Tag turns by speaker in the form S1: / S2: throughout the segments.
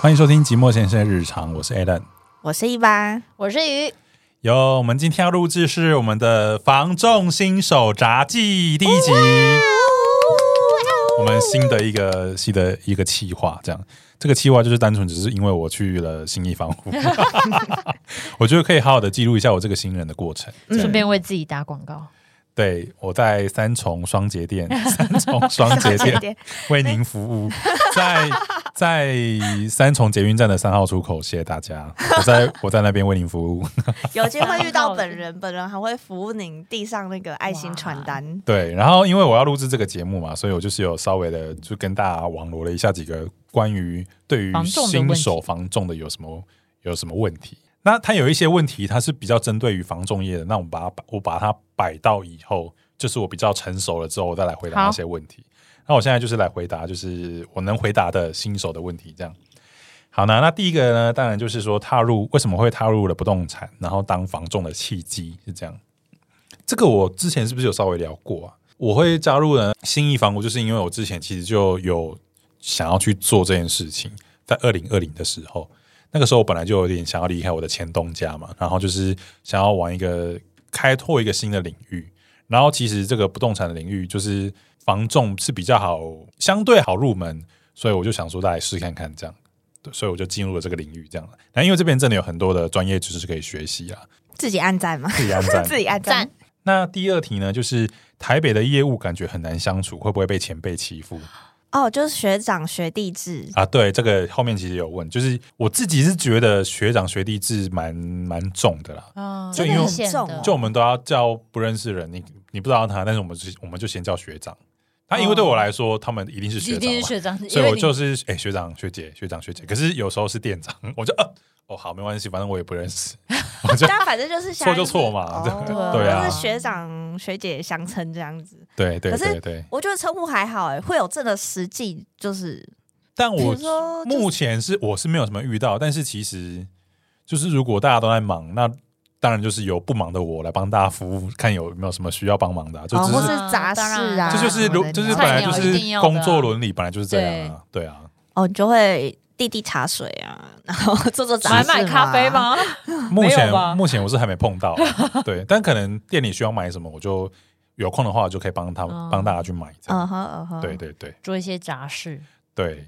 S1: 欢迎收听《寂寞先生日常》，我是 Alan。
S2: 我是一般，
S3: 我是鱼，
S1: 有，我们今天要录制是我们的《防重新手札记》第一集，哦我们新的一个新的一个企划，这样。这个企划就是单纯只是因为我去了新义房 屋，我觉得可以好好的记录一下我这个新人的过程。这样
S3: 顺便为自己打广告。
S1: 对我在三重双节店， 三重双节店， 为您服务，在在三重捷运站的三号出口，谢谢大家。我在我在那边为您服务，
S2: 有机会遇到本人， 本人还会服务您递上那个爱心传单。
S1: 对。然后因为我要录制这个节目嘛，所以我就是有稍微的就跟大家网罗了一下几个关于对于
S3: 防重的问
S1: 新
S3: 题
S1: 手防重的有什么有什么问题。那它有一些问题，它是比较针对于防重业的，那我们把它我把它摆到以后，就是我比较成熟了之后，我再来回答那
S3: 好
S1: 些问题。那我现在就是来回答，就是我能回答的新手的问题，这样。好呢，那第一个呢，当然就是说踏入为什么会踏入了不动产，然后当房仲的契机是这样。这个我之前是不是有稍微聊过啊？我会加入呢新意房屋，就是因为我之前其实就有想要去做这件事情，在二零二零的时候，那个时候我本来就有点想要离开我的前东家嘛，然后就是想要玩一个开拓一个新的领域，然后其实这个不动产的领域就是房仲是比较好，相对好入门，所以我就想说大家试看看这样。对，所以我就进入了这个领域，这样了。那因为这边真的有很多的专业知识可以学习啊，
S2: 自己按赞吗？
S1: 自己按赞
S2: 自己按赞
S3: 赞。
S1: 那第二题呢，就是台北的业务感觉很难相处，会不会被前辈欺负
S2: 哦，就是学长学 弟制，
S1: 啊？对，这个后面其实有问，就是我自己是觉得学长学弟制蛮蛮重的啦。
S3: 啊
S1: 就因为
S3: 真的很重
S1: 就我们都要叫不认识人，你你不知道他，但是我们就我们就先叫学长。他因为对我来说，他们一定是学
S3: 哦一
S1: 长
S3: 定
S1: 嘛，
S3: 是学长，
S1: 所
S3: 因
S1: 以
S3: 为
S1: 我
S3: 你
S1: 就是哎、学长学姐学长学姐。可是有时候是店长，我就呃哦好没关系，反正我也不认 识，我哦就
S2: 但反正就是现
S1: 错
S2: 在
S1: 就错嘛
S2: 哦
S1: 对
S3: 对啊
S2: 就是学长学姐相称这样子。
S1: 对对
S2: 可是
S1: 对对。
S2: 我觉得称呼还好哎，会有这个实际就是，
S1: 但
S2: 比
S1: 我
S2: 如说就是
S1: 目前是我是没有什么遇到，但是其实就是如果大家都在忙，那当然就是由不忙的我来帮大家服务，看有没有什么需要帮忙的啊、就
S2: 哦，
S1: 只
S2: 或
S1: 是、
S2: 是杂
S3: 当然
S2: 事啊，
S3: 啊
S1: 这就是如就是本来就
S3: 菜鸟一定
S1: 是
S3: 要的啊
S1: 工作伦理本来就是这样啊，对啊。
S2: 哦，你就会递递茶水啊，然后做做杂
S3: 买
S2: 事嘛
S3: 买咖啡？ 吗？
S1: 目
S3: 没
S1: 前
S3: 有吧
S1: 目前我是还没碰到啊， 对，但可能店里需要买什么，我就有空的话我就可以帮他
S3: 哦
S1: 帮大家去买这样。
S2: 嗯哼嗯哼，
S1: 对对对
S3: 做一些杂事，
S1: 对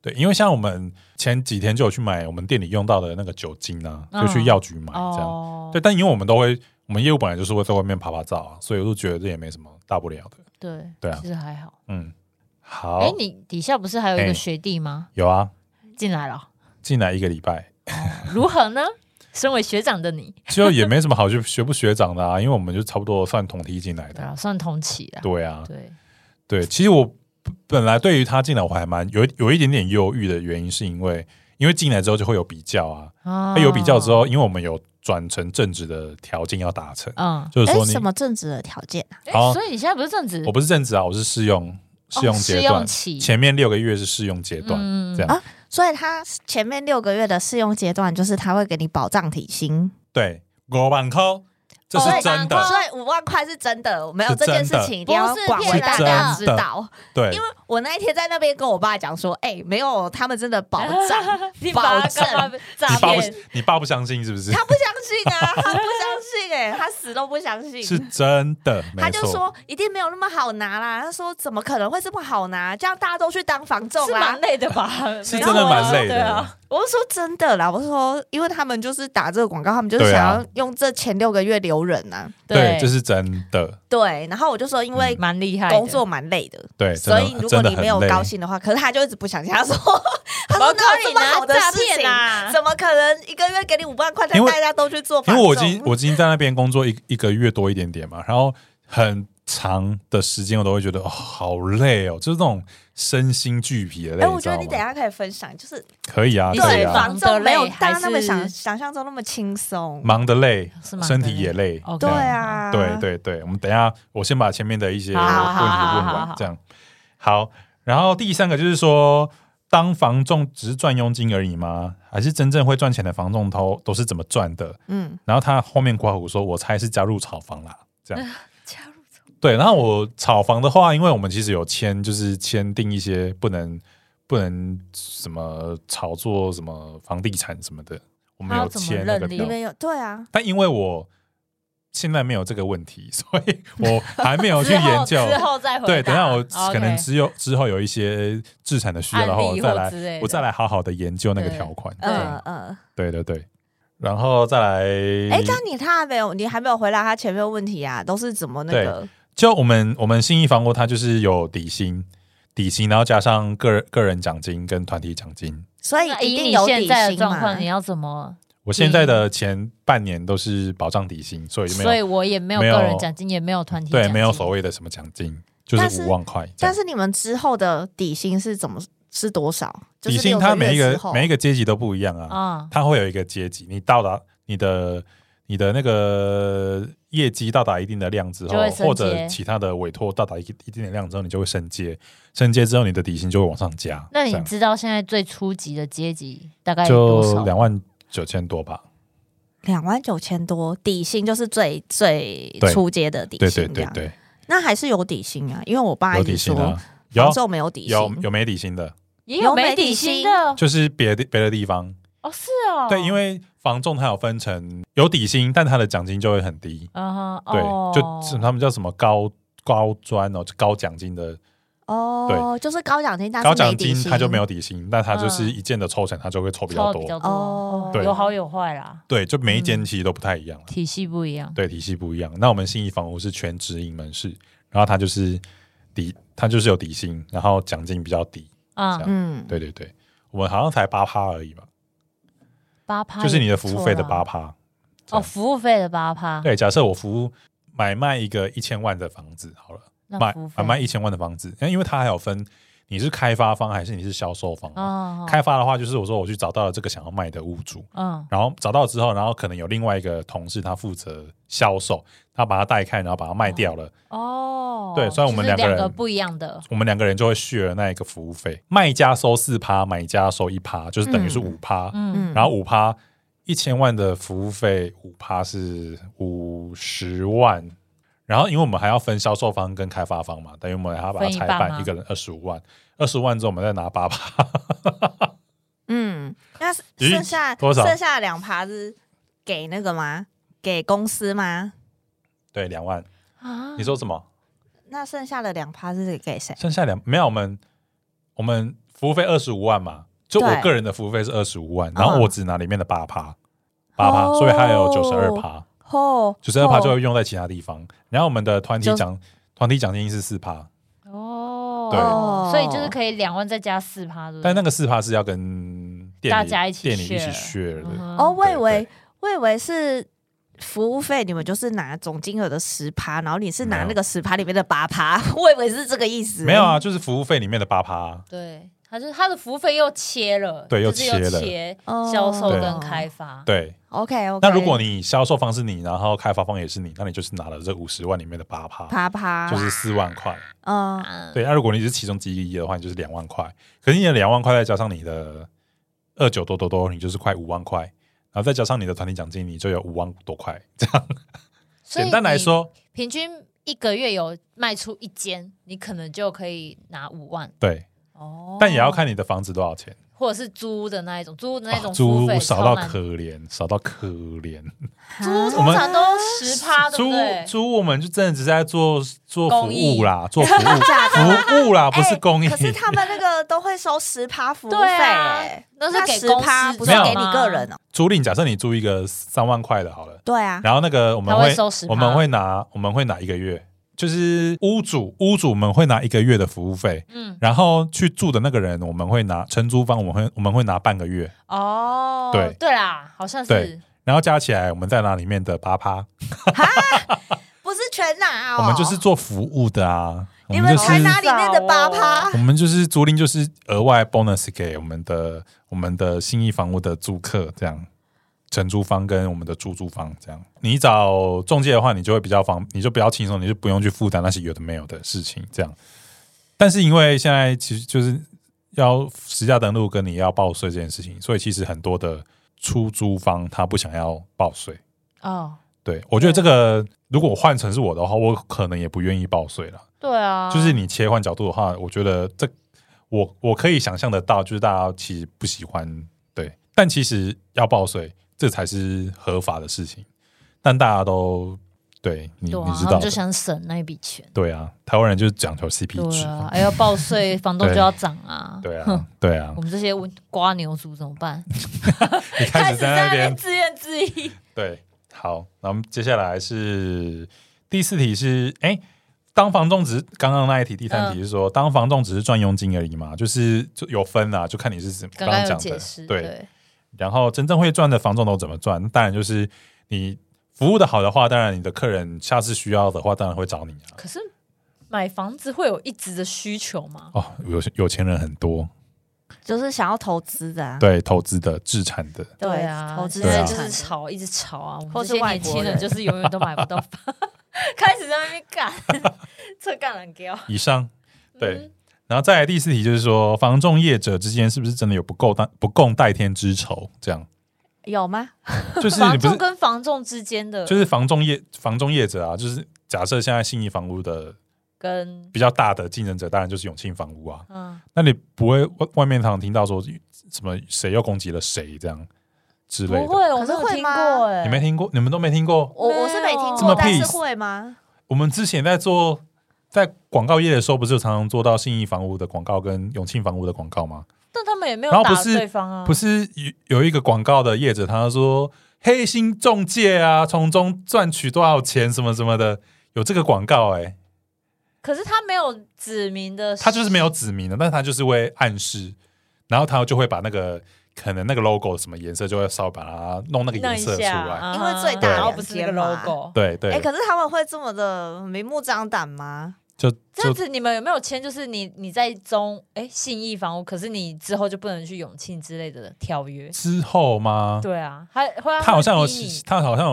S1: 对，因为像我们前几天就有去买我们店里用到的那个酒精啊，就去
S3: 嗯
S1: 药局买这样。
S3: 哦，
S1: 对，但因为我们都会，我们业务本来就是会在外面拍拍照啊，所以我就觉得这也没什么大不了的。
S3: 对
S1: 对啊
S3: 其实还好。
S1: 嗯，好，
S3: 哎，你底下不是还有一
S1: 哎
S3: 个学弟吗？
S1: 有啊，
S3: 进来了，
S1: 进来一个礼拜，
S3: 如何呢？身为学长的你，
S1: 就也没什么好去学不学长的啊，因为我们就差不多算同梯进来
S3: 对
S1: 的。
S3: 啊，算同期啦。
S1: 对啊，
S3: 对，
S1: 对，其实我本来对于他进来我还蛮有有一点点忧郁的原因，是因为因为进来之后就会有比较啊，
S3: 啊
S1: 他有比较之，
S2: 哦
S1: 后，因为我们有转成正职的条件要达成，
S3: 嗯，
S1: 就是
S2: 哎，
S1: 说你
S2: 什么正职的条件啊？
S3: 哎
S1: 好
S3: 所以你现在不是正职
S1: 我，不是正职啊，我是试用试用
S3: 哦
S1: 阶
S3: 试
S1: 段
S3: 用，期
S1: 前面六个月是试用阶段，
S3: 嗯
S1: 这样。
S2: 啊所以他前面六个月的试用阶段，就是他会给你保障体薪，
S1: 对，五万块，这
S2: 哦
S1: 是真的，
S2: 所以五万块是真的，没有
S1: 是
S2: 这
S1: 真的
S2: 件事情一定要广为大家知道。
S1: 对
S2: 因，为我那一天在那边跟我爸讲说，哎、没有，他们真的保 障
S3: 你
S2: 保
S3: 爸干
S2: 证。
S3: 嘛
S1: 你
S3: 诈
S1: 爸不
S3: 骗？，
S1: 你爸不相信是不是？
S2: 他不相信 啊，他不相信哎、他死都不相信。
S1: 是真的，
S2: 他
S1: 没
S2: 就
S1: 错。
S2: 说一定没有那么好拿啦，他说怎么可能会这么好拿？这样大家都去当房仲
S3: 是
S2: 啦、
S3: 蛮累的吧？
S1: 是真的蛮累
S3: 对啊
S1: 的，
S2: 我是说真的啦，我是说，因为他们就是打这个广告，他们就是
S1: 对啊
S2: 想要用这前六个月留人啊。
S1: 对，这是真的，
S2: 对，然后我就说，因为
S3: 蛮厉害的，
S2: 工作蛮累的，
S1: 对，
S2: 所
S1: 真
S2: 以
S1: 的
S2: 如果
S1: 真的
S2: 你
S1: 很
S2: 没有
S1: 累
S2: 高兴的话，可是他就一直不想听，他 说他
S3: 怎么
S2: 说
S3: 可
S2: 哪有这
S3: 以
S2: 么好
S3: 拿
S2: 的
S3: 诈
S2: 事情
S3: 骗，啊？
S2: 怎么可能一个月给你五万块，但
S1: 因为
S2: 大家都去做
S1: 因
S2: 房
S1: 为
S2: 仲？
S1: 我已经我已经在那边工作一一个月多一点点嘛，然后很长的时间我都会觉得哦好累哦，就是那种身心俱疲的累。
S2: 哎，我觉得
S1: 知
S2: 你
S1: 道
S2: 等一
S1: 吗
S2: 下可以分享，就是
S1: 可以啊，
S3: 你
S1: 可以
S2: 对
S3: 是
S1: 啊，
S2: 房仲没有
S3: 忙得累
S2: 大家那么
S3: 还是
S2: 想想象中那么轻松。
S1: 忙得累
S3: 是吗，
S1: 身体也累。
S3: OK
S2: 对啊，
S1: 对，对对，我们等一下，我先把前面的一些问题
S3: 好好好
S1: 问
S3: 好好
S1: 完
S3: 好，
S1: 这样好。然后第三个就是说，当房仲只是赚佣金而已吗？还是真正会赚钱的房仲都都是怎么赚的？
S2: 嗯，
S1: 然后他后面括弧说，我猜是加入炒房啦，这
S3: 呃
S1: 样。对，然后我炒房的话，因为我们其实有签，就是签订一些不能不能什么炒作什么房地产什么的，我们
S3: 他
S1: 有
S3: 要怎么
S1: 签那个
S3: 认
S2: 你
S1: 表
S3: 领
S2: 们有对啊，
S1: 但因为我现在没有这个问题， 所以我还没有去
S3: 之后
S1: 研究。
S3: 之后再回答。
S1: 对，等一下我
S3: OK
S1: 可能只有之后有一些资产的需要的话，
S3: 案
S1: 我
S3: 例
S1: 再
S3: 或
S1: 来
S3: 之类的
S1: 我再来好好的研究那个
S3: 对
S1: 条款。
S3: 对
S2: 嗯嗯，
S1: 对对对，然后再来，
S2: 哎，但你他还没有，你还没有回答他前面的问题啊，都是怎么那个？
S1: 就我们我们信义房屋它就是有底薪，底薪，然后加上个人个人奖金跟团体奖金。
S2: 所以
S3: 那
S2: 一
S3: 以
S2: 定
S3: 你
S2: 有
S3: 现
S2: 底
S3: 在的
S2: 薪
S3: 状
S2: 嘛
S3: 况，你？要怎么？
S1: 我现在的前半年都是保障底薪，所以没有
S3: 所以我也没有
S1: 没有
S3: 个人奖金，也没有团体奖
S1: 对
S3: 金，
S1: 没有所谓的什么奖金，就
S2: 但
S1: 是
S2: 是
S1: 五万块这样。
S2: 但是你们之后的底薪是怎么是多少？就
S1: 底
S2: 是
S1: 薪它每一
S2: 六月
S1: 个
S2: 之后
S1: 每一个阶级都不一样啊。
S3: 啊。
S1: 它会有一个阶级，你到达你的你的那个业绩到达一定的量之后
S3: 就会，升阶
S1: 或者其他的委托到达一一定的量之后，你就会升阶，升阶之后你的底薪就会往上加。
S3: 那
S1: 这
S3: 你
S1: 样
S3: 知道现在最初级的阶级大
S2: 哎
S3: 概有多
S1: 就
S3: 少？
S1: 两万九千多吧？
S2: 两万九千多，底薪就是最最
S1: 对
S2: 初阶的底
S1: 对
S2: 薪，
S1: 对对，对，
S2: 那还是有底薪啊，因为我爸
S1: 有
S2: 一
S1: 底
S2: 直
S1: 薪
S2: 说，
S1: 啊，有
S2: 房售没有底薪，
S1: 有有没底薪的，
S3: 也
S2: 有
S3: 没
S2: 没底
S3: 底薪
S2: 薪
S3: 的
S1: 就是别的别的地方。
S3: 哦，是哦，
S1: 对，因为房仲它有分成有底薪，但它的奖金就会很低。
S3: 嗯哼，
S1: 对，
S3: 哦
S1: 就他们叫什么高高专哦，就高奖金的
S2: 哦，就是高奖金，但是
S1: 高
S2: 没
S1: 奖
S2: 底
S1: 金
S2: 薪嗯
S1: 它就没有底薪，但它就是一件的抽成，它就会抽比较
S3: 抽
S1: 多
S3: 比。较
S2: 哦
S3: 多，
S1: 对
S3: 有好有坏啦，
S1: 对，就
S2: 嗯
S1: 每一间其实都不太一样，
S3: 体系不一样。
S1: 对体系不一样。那我们信义房屋是全职营门市，然后它就是底，它就是有底薪，然后奖金比较低。这
S3: 啊
S1: 样，
S2: 嗯，
S1: 对对对，我们好像才八趴而已吧，
S3: 八趴
S1: 就是你的服务费的八
S3: 八
S1: 趴。这
S3: 哦，
S1: 样
S3: 服务费的八趴，
S1: 对，假设我服务买卖一个一千万的房子好了，
S3: 那
S1: 买
S3: 服务费
S1: 买卖一千万的房子，那因为它还有分你是开发方还是你是销售方嘛。
S3: 哦，
S1: 开发的话，就是我说我去找到了这个想要卖的屋主，
S3: 嗯
S1: 然后找到之后，然后可能有另外一个同事他负责销售，他把它带开，然后把它卖掉了。
S3: 哦，
S1: 对所以我们
S3: 就
S1: 两
S3: 是
S1: 个
S3: 两
S1: 人
S3: 个不一样的
S1: 我们两个人就会 share 那一个服务费，卖家收四趴，买家收一趴，就是等于是五趴。
S3: 嗯
S2: 嗯，
S1: 然后五趴一千万的服务费，五趴是五十万。然后因为我们还要分销售方跟开发方嘛，等于我们还要把它
S3: 分一
S1: 拆
S3: 半
S1: 办，
S3: 吗
S1: 一个人二十五万，二十万之后我们再拿八趴。
S2: 嗯，那是
S1: 咦
S2: 剩下
S1: 多少
S2: 剩下两趴是给那个吗？给公司吗？
S1: 对，两万。
S3: 啊
S1: 你说什么？
S2: 那剩下的两趴是给谁？
S1: 剩下两没有我们我们服务费二十五万嘛，就我
S2: 对
S1: 个人的服务费是二十五万，然后
S2: 嗯
S1: 我只拿里面的八趴，八趴，所以还有九十二趴，
S2: 哦，
S1: 九十二趴就
S2: 哦
S1: 会用在其他地方。然后我们的团体
S2: 就
S1: 奖团体奖金是四趴，
S3: 哦，
S1: 对
S3: 所以就是可以两万再加四趴，对不对
S1: 但那个四趴是要跟店里
S3: 嗯大家一起
S1: 店里一起
S3: share
S1: share
S3: 嗯
S1: 的，
S3: 哼
S2: 哦，我以
S1: 对
S2: 为我以为是。服务费你们就是拿总金额的十趴，然后你是拿
S1: 没有
S2: 那个十趴里面的八趴， 我以为是这个意思。
S1: 没有啊，就是服务费里面的八
S3: 啊
S1: 趴。
S3: 对，他就是他的服务费又切了，
S1: 对又
S3: 就是
S1: 切了
S3: 切
S2: 哦，
S3: 销售跟开发，
S1: 对，
S2: OK OK。
S1: 那如果你销售方是你，然后开发方也是你，那你就是拿了这五十万里面的八趴，
S2: 啪啪，
S1: 就是四万块。
S2: 嗯，
S3: 嗯，
S1: 对，那、如果你是其中之一的话，你就是两万块。可是你的两万块再加上你的二九多多多，你就是快五万块，然后再加上你的团体奖金，你就有五万多块。这样
S3: 所以
S1: 简单来说，
S3: 你平均一个月有卖出一间，你可能就可以拿五万
S1: 对，
S3: 哦，
S1: 但也要看你的房子多少钱。
S3: 或者是租的那一种，租的那一种
S1: 啊
S3: 服
S1: 租
S3: 务费
S1: 少到
S3: 超难
S1: 可怜，少到可怜。
S2: 啊
S3: 租
S1: 我
S3: 通
S1: 们
S3: 常都十趴，啊对
S1: 租
S3: 不对？
S1: 租我们就真的只是在做做服
S3: 公益哎
S1: 务啦，做服 务服务啦，不是公益。
S2: 哎可是他们那个都会收十趴服务费、
S3: 对啊
S2: 欸，
S3: 那是给
S2: 十
S3: 公司
S2: 趴，不是
S1: 没有
S2: 给你个人哦、
S1: 租赁，假设你租一个三万块的，好了。
S2: 对啊，
S1: 然后那个我们
S3: 他会
S1: 会
S3: 收10%
S1: 我们会拿我们会拿一个月，就是屋主屋主们会拿一个月的服务费，
S3: 嗯，
S1: 然后去住的那个人我们会拿承租方我们会我们会拿半个月，
S3: 哦，
S1: 对
S3: 对啦，好像
S1: 对
S3: 是，
S1: 然后加起来我们再拿里面的八趴，
S2: 不是全拿哦、
S1: 我们就是做服务的啊，我
S2: 你们
S1: 就是
S2: 才拿里面的八
S3: 少哦
S2: 趴、
S1: 我们就是租赁就是额外 bonus 给我们的我们的新意房屋的租客这样。承租方跟我们的出租方这样，你找中介的话，你就会比较方，你就比较轻松，你就不用去负担那些有的没有的事情这样。但是因为现在其实就是要实价登录跟你要报税这件事情，所以其实很多的出租方他不想要报税。
S3: 哦，
S1: 对我觉得这个如果换成是我的话，我可能也不愿意报税了。
S3: 对啊，
S1: 就是你切换角度的话，我觉得这我我可以想象得到，就是大家其实不喜欢对，但其实要报税这才是合法的事情，但大家都对你
S3: 对啊，
S1: 你知道
S3: 他们
S1: 的
S3: 就，想省那一笔钱，
S1: 对啊，台湾人就是讲求 CP
S3: 对
S1: 值，
S3: 啊，哎要报税，房东就要涨啊，
S1: 对
S3: 哼
S1: 啊，对啊
S3: 我，们这些瓜牛族怎么办？
S1: 你开始在啊那边
S3: 自怨自艾，
S1: 对，好，那我们接下来是第四题是，哎、当房仲只是刚刚那一题，第三题是说，当房仲只是赚佣金而已嘛，就是就有分啦，就看你是怎么
S3: 刚
S1: 刚
S3: 刚有
S1: 讲
S3: 解
S1: 的
S3: 释，，
S1: 对。然后真正会赚的房仲都怎么赚？当然就是你服务的好的话，当然你的客人下次需要的话，当然会找你啊。
S3: 可是买房子会有一直的需求吗？
S1: 哦，有有钱人很多，
S2: 就是想要投资的、啊，
S1: 对投资的、资产的，
S2: 对
S3: 啊，
S2: 投资
S3: 现在
S1: 资
S3: 就
S2: 产
S3: 是炒，一直炒啊，我们
S2: 或
S3: 这
S2: 是
S3: 些
S2: 外
S3: 年
S2: 国
S3: 轻人
S2: 人
S3: 就是永远都买不到房， 开始在那边干， 这干了给嗯
S1: 以上对。然后再来第四题就是说，房仲业者之间是不是真的有不够代不共戴天之仇？这 样
S2: 有吗？
S1: 就是你
S3: 房
S1: 不是
S3: 仲跟房仲之间的，
S1: 就是房仲业房仲业者啊，就是假设现在信义房屋的
S3: 跟
S1: 比较大的竞争者，当然就是永庆房屋啊。
S3: 嗯，
S1: 那你不会外外面常常听到说什么谁又攻击了谁这样之类
S3: 不
S1: 的？
S3: 会，我
S2: 可
S3: 没
S2: 是
S3: 有
S2: 会
S3: 听
S2: 吗
S3: 过哎，
S1: 你没听过？你们都没听过？
S2: 我我是没听
S1: 这么
S2: 过，但是
S1: peace
S2: 会吗？
S1: 我们之前在做在广告业的时候，不是有常常做到信义房屋的广告跟永庆房屋的广告吗？
S3: 但他们也没有
S1: 然后
S3: 打
S1: 不是
S3: 对方啊，
S1: 不是有有一个广告的业者，他说黑心中介啊，从中赚取多少钱什么什么的，有这个广告哎、
S3: 可是他没有指明的，
S1: 他就是没有指明的，但是他就是会暗示，然后他就会把那个可能那个 logo 什么颜色，就会稍微把它弄那个
S3: 弄
S1: 颜
S3: 一
S1: 色出
S3: 下
S1: 来。，
S3: 啊
S2: 因为最大
S3: 然后
S2: 两
S3: 不是那个
S2: 间嘛
S3: logo。
S1: 对对，
S2: 哎、可是他们会这么的明目张胆吗？
S1: 就
S3: 这
S1: 就
S3: 样子你们有没有签？就是你你在中哎信义房屋，可是你之后就不能去永庆之类的条约。
S1: 之后吗？
S3: 对啊，还会
S1: 嗯他好像有
S3: 会逼你
S1: 他好像有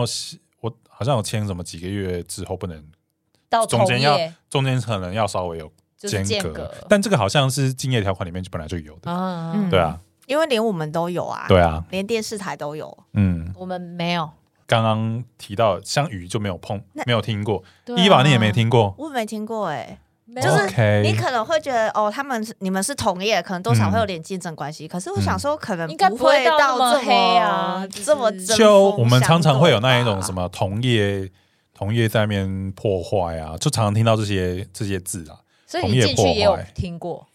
S1: 我好像有签什么几个月之后不能，
S3: 到
S1: 中间要
S3: 同业
S1: 中间可能要稍微有
S3: 就是间
S1: 隔，
S3: 隔
S1: 但这个好像是竞业条款里面就本来就有的。
S3: 啊，
S2: 嗯
S1: 对啊，
S2: 因为连我们都有啊，
S1: 对啊，
S2: 连电视台都有。
S1: 嗯，
S3: 我们没有，
S1: 刚刚提到香鱼就没有碰，
S2: 那
S1: 没有听过，
S3: 对啊
S1: 伊娃你也没，听过，
S2: 我没听过哎、
S3: 没有
S2: 就是
S1: OK，
S2: 你可能会觉得哦，他们是你们是同业，可能多少会有点竞争关系。可是我
S1: 嗯
S2: 想说，可能
S3: 应该不
S2: 会
S3: 会到
S2: 到
S3: 那么
S2: 这
S3: 黑啊就是
S2: 这么针
S1: 就
S2: 锋
S1: 我们常常会有
S2: 相对吧
S1: 那一种什么同业同业在那边破坏啊，就常常听到这些这些字啊，
S3: 所以你进去也
S1: 同
S3: 有
S1: 业破坏
S3: 听过，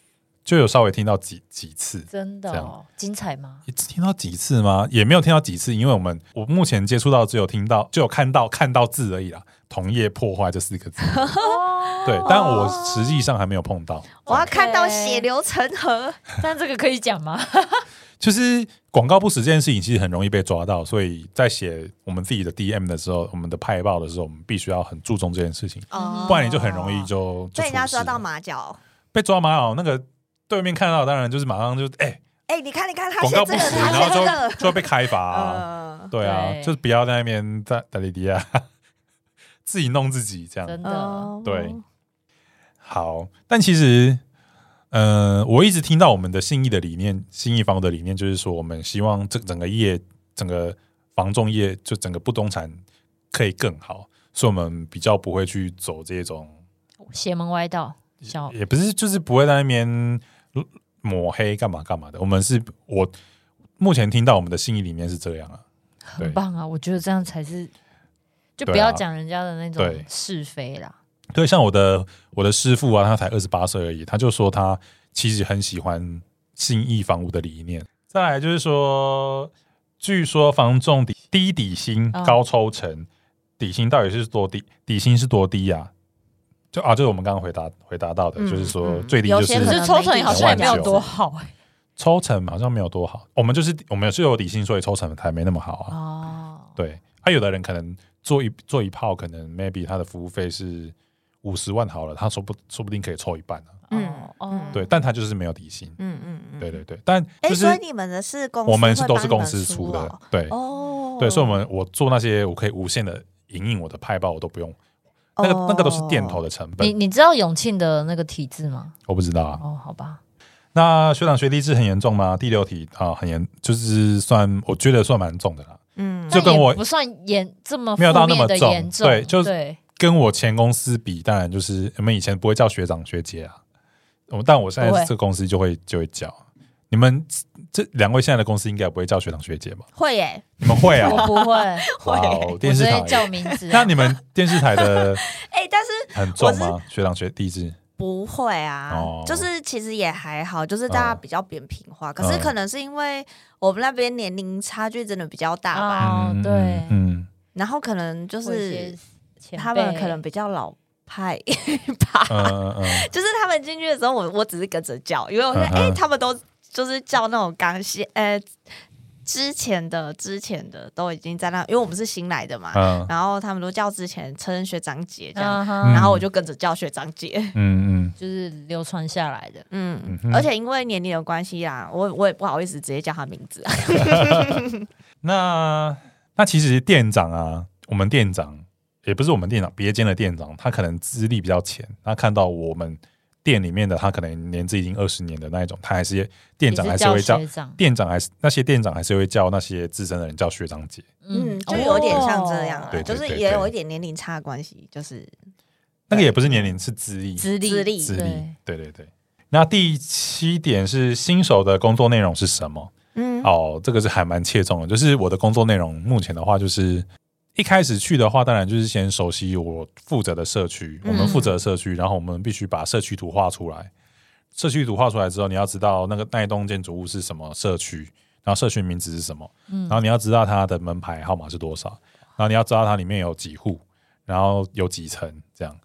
S1: 就有稍微听到几几次，
S3: 真的
S1: 这
S3: 哦精彩吗？
S1: 也只听到几次吗？也没有听到几次，因为我们我目前接触到只有听到只有看到看到字而已啦，同业破坏这四个 字，
S3: 哦
S1: 对，但我实际上还没有碰到，
S2: 我要看到
S3: OK
S2: 血流成河。
S3: 但这个可以讲吗？
S1: 就是广告不实这件事情，其实很容易被抓到，所以在写我们自己的 DM 的时候，我们的派报的时候，我们必须要很注重这件事情，
S3: 哦
S1: 不然你就很容易就就
S2: 被人家
S1: 出事
S2: 抓到
S1: 了
S2: 马脚。
S1: 被抓马佬那个对面看到，当然就是马上就哎
S2: 哎、你看，你看，他
S1: 广、
S2: 写
S1: 告
S2: 这
S1: 不
S2: 个，
S1: 实，然
S2: 他
S1: 后
S2: 写这
S1: 就
S2: 个，
S1: 就会被开罚、啊。
S2: 嗯，
S1: 对啊，
S3: 对
S1: 就是不要在那边在在里迪亚 自己弄自己这
S3: 真
S1: 样。
S3: 的，
S2: 哦
S1: 对好，但其实，呃，我一直听到我们的信义的理念，信义房屋的理念就是说，我们希望这整个业，整个房仲业，就整个不动产可以更好，所以我们比较不会去走这种
S3: 邪门歪道，小
S1: 也不是，就是不会在那边抹黑干嘛干嘛的。我们是我目前听到我们的信义理念是这样啊，
S3: 很棒啊！我觉得这样才是，就不
S1: 对啊
S3: 要讲人家的那
S1: 对
S3: 种是非啦。
S1: 对，像我的我的师傅啊，他才二十八岁而已，他就说他其实很喜欢信义房屋的理念。再来就是说，据说房仲底低底薪
S2: 嗯
S3: 哦
S1: 高抽成，底薪到底是多低？底薪是多低啊？就啊，就是我们刚刚回答回答到的，
S2: 嗯
S1: 就是说
S2: 嗯
S1: 最低就
S2: 有些
S1: 是
S2: 可
S3: 可
S2: 能
S3: 是抽成也好像也没有
S1: 两万九
S3: 多 好哎。
S1: 抽成好像没有多好，我们就是我们是有底薪，所以抽成才没那么好啊。
S3: 哦，
S1: 对，啊，有的人可能做一做一炮，可能 maybe 他的服务费是五十万好了，他说不说不定可以抽一半啊。
S2: 嗯
S3: 哦哦，
S1: 对，但他就是没有底薪。
S2: 嗯嗯嗯，
S1: 对对对，但
S2: 哎、
S1: 就是
S2: 所以你们的是公司会
S1: 我
S2: 帮你
S1: 们
S2: 啊们出
S1: 是
S2: 哦，
S1: 都是公司出的，对
S2: 哦，
S1: 对，所以我们我做那些我可以无限的影印我的派报，我都不用那个
S2: 哦
S1: 那个都是店头
S2: 的，
S1: 的成
S3: 你
S1: 本，
S3: 你知道永庆的那个体制吗？
S1: 我不知道啊。
S3: 哦，好吧，
S1: 那学长学弟制很严重吗？第六题啊，很严，就是算我觉得算蛮重的啦。
S2: 嗯，
S1: 就跟
S3: 但也
S1: 我
S3: 不算严这么
S1: 没有到那么
S3: 负面的
S1: 重
S3: 严重，
S1: 对就是
S3: 对
S1: 跟我前公司比，当然就是我们以前不会叫学长学姐啊，我但我现在
S3: 不会
S1: 这个公司就会就会叫你们这两位现在的公司应该不会叫学长学姐吧？
S3: 会耶、
S1: 你们会
S3: 我
S1: 啊？
S3: 不会，
S1: 哇哦，电视
S3: 我只
S1: 台
S3: 会叫名字、啊
S1: 那你们电视台的
S2: 哎、但是
S1: 很重吗？学长学弟制
S2: 不会啊，
S1: 哦
S2: 就是其实也还好，就是大家
S1: 嗯
S2: 比较扁平化。可是
S1: 嗯
S2: 可能是因为我们那边年龄差距真的比较大吧，
S3: 哦对
S1: 嗯，
S2: 然后可能就
S3: 或一
S2: 是
S3: 些前辈
S2: 他们可能比较老派吧，
S1: 嗯嗯嗯嗯，
S2: 就是他们进去的时候我，我只是跟着叫，因为我觉得
S1: 嗯
S2: 哎、
S1: 哼
S2: 他们都就是叫那种刚新呃之前的之前的都已经在那，因为我们是新来的嘛，
S1: 嗯
S2: 然后他们都叫之前称学长姐这样，
S3: 嗯
S1: 嗯
S3: 哼，
S2: 然后我就跟着叫学长姐。
S1: 嗯
S3: 就是流传下来的。
S2: 嗯
S1: 嗯，哼
S2: 而且因为年龄的关系啦，我我也不好意思直接叫他名字啊。
S1: 那那其实店长啊，我们店长也不是我们店长，别间的店长，他可能资历比较浅，他看到我们店里面的，他可能年资已经二十年的那一种，他还是店长还
S3: 也
S1: 是会
S3: 叫
S1: 叫
S3: 学长，
S1: 店长还是那些店长还是会叫那些资深的人叫学长姐。
S2: 嗯，就有点像这样
S3: 哦
S2: 啊
S1: 对，
S2: 就是
S1: 对对
S2: 也
S1: 对
S2: 有一点年龄差的关系，就是
S1: 那个也不是年龄，是资历。
S3: 资历
S2: 资历
S1: 资历对
S3: 对，
S1: 对对。那第七点是新手的工作内容是什么？
S2: 嗯，
S1: 哦，这个是还蛮切中的。就是我的工作内容，目前的话就是一开始去的话，当然就是先熟悉我负责的社区，
S2: 嗯
S1: 我们负责的社区，然后我们必须把社区图画出来。社区图画出来之后，你要知道那个那一栋建筑物是什么社区，然后社区名字是什么，
S3: 嗯
S1: 然后你要知道它的门牌号码是多少，然后你要知道它里面有几户，然后有几层这样，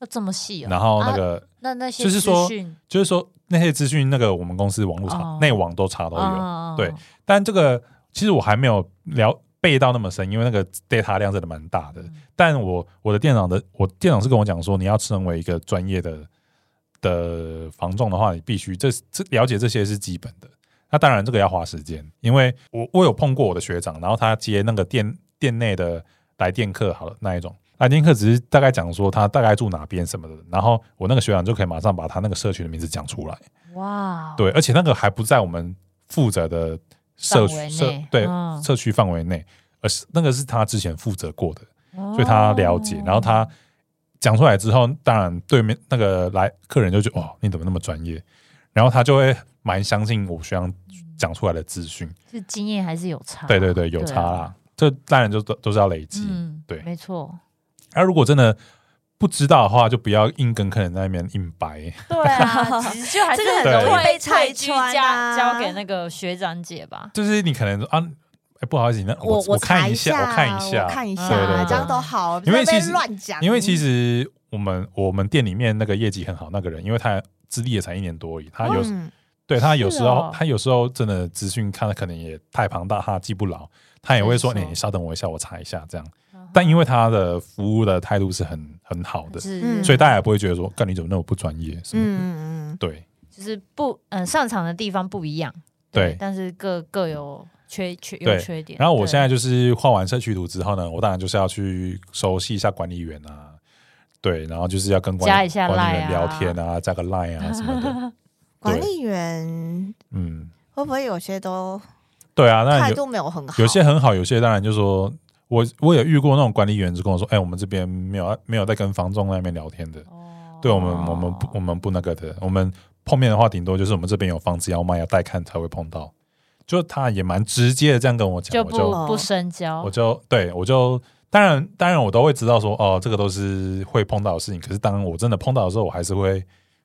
S3: 要这么细哦。
S1: 然后那
S3: 啊
S1: 个
S3: 那那些
S1: 就是说
S3: 资讯
S1: 就是说那些资讯，那个我们公司网络查
S3: 哦
S1: 内网都查都有。
S3: 哦
S1: 对但这个其实我还没有了背到那么深，因为那个 data 量真的蛮大的。但我我的店长的我店长是跟我讲说，你要成为一个专业的的房仲的话，你必须这这了解这些是基本的。那当然这个要花时间，因为我我有碰过我的学长，然后他接那个店店内的来电客，好了那一种。来电客只是大概讲说他大概住哪边什么的，然后我那个学长就可以马上把他那个社区的名字讲出来。
S3: 哇，哦
S1: 对，而且那个还不在我们负责的社
S3: 范围
S1: 区社
S3: 内
S1: 对、
S3: 嗯
S1: 社区范围内，而是那个是他之前负责过的，
S3: 哦，
S1: 所以他了解。然后他讲出来之后，当然对面那个来客人就觉得哇，你怎么那么专业？然后他就会蛮相信我学长讲出来的资讯。
S3: 这经验还是有差，
S1: 对对对，有差
S3: 嗯啊
S1: 啦，这当然就都都是要累积。
S3: 嗯，
S1: 对
S3: 没错，
S1: 那、如果真的不知道的话，就不要硬跟客人在那边硬掰。
S3: 对 啊，其实就还
S2: 这个
S3: 是
S1: 很容易
S3: 容易
S2: 被拆
S3: 退居
S2: 穿啊
S3: 交交给那个学长姐吧。
S1: 就是你可能说啊，哎不好意思，那我
S2: 我查
S1: 看
S2: 一
S1: 一下，我看一下，
S2: 我看一下，
S1: 对对对
S2: 这样都好，
S1: 因为其实
S2: 不要被乱
S3: 啊
S2: 讲，
S1: 因为其实我们我们店里面那个业绩很好那个人，因为他资历也才一年多而已，他有、
S2: 嗯
S1: 对他有时候、
S3: 哦
S1: 他有时候真的资讯看的可能也太庞大，他记不牢，他也会说哎
S3: 没
S1: 你、
S3: 错
S1: 你稍等我一下，我查一下这样。
S3: 嗯
S1: 但因为他的服务的态度是很很好的，
S3: 是，嗯
S1: 所以大家也不会觉得说，干你怎么那么不专业什么的。
S2: 嗯嗯
S1: 对
S3: 就是不嗯、上场的地方不一样，
S1: 对。
S3: 但是各各有缺缺有
S1: 对
S3: 缺点。
S1: 然后我
S3: 对
S1: 现在就是画完社区图之后呢，我当然就是要去熟悉一下管理员啊，对，然后就是要跟管
S3: 加一下
S1: 管理
S3: Line
S1: 员
S3: 啊
S1: 聊天啊，加个 line 啊什么 的，
S2: 管理员
S1: 嗯，
S2: 会不会有些都
S1: 对啊，那
S2: 态
S1: 有
S2: 度没有很好？
S1: 有些很好，有些当然就说我我也遇过那种管理员就跟我说，哎、我们这边没有没有在跟房仲那边聊天的，
S3: 哦
S1: 对我们我们不我们不那个的，我们碰面的话，顶多就是我们这边有房子要卖啊要带看才会碰到，就他也蛮直接的这样跟我
S3: 就
S1: 讲，我
S3: 不
S1: 就
S2: 哦
S3: 不深交，
S1: 我就对我就。当然，当然，我都会知道说，哦，这个都是会碰到的事情。可是，当我真的碰到的时候，我还是会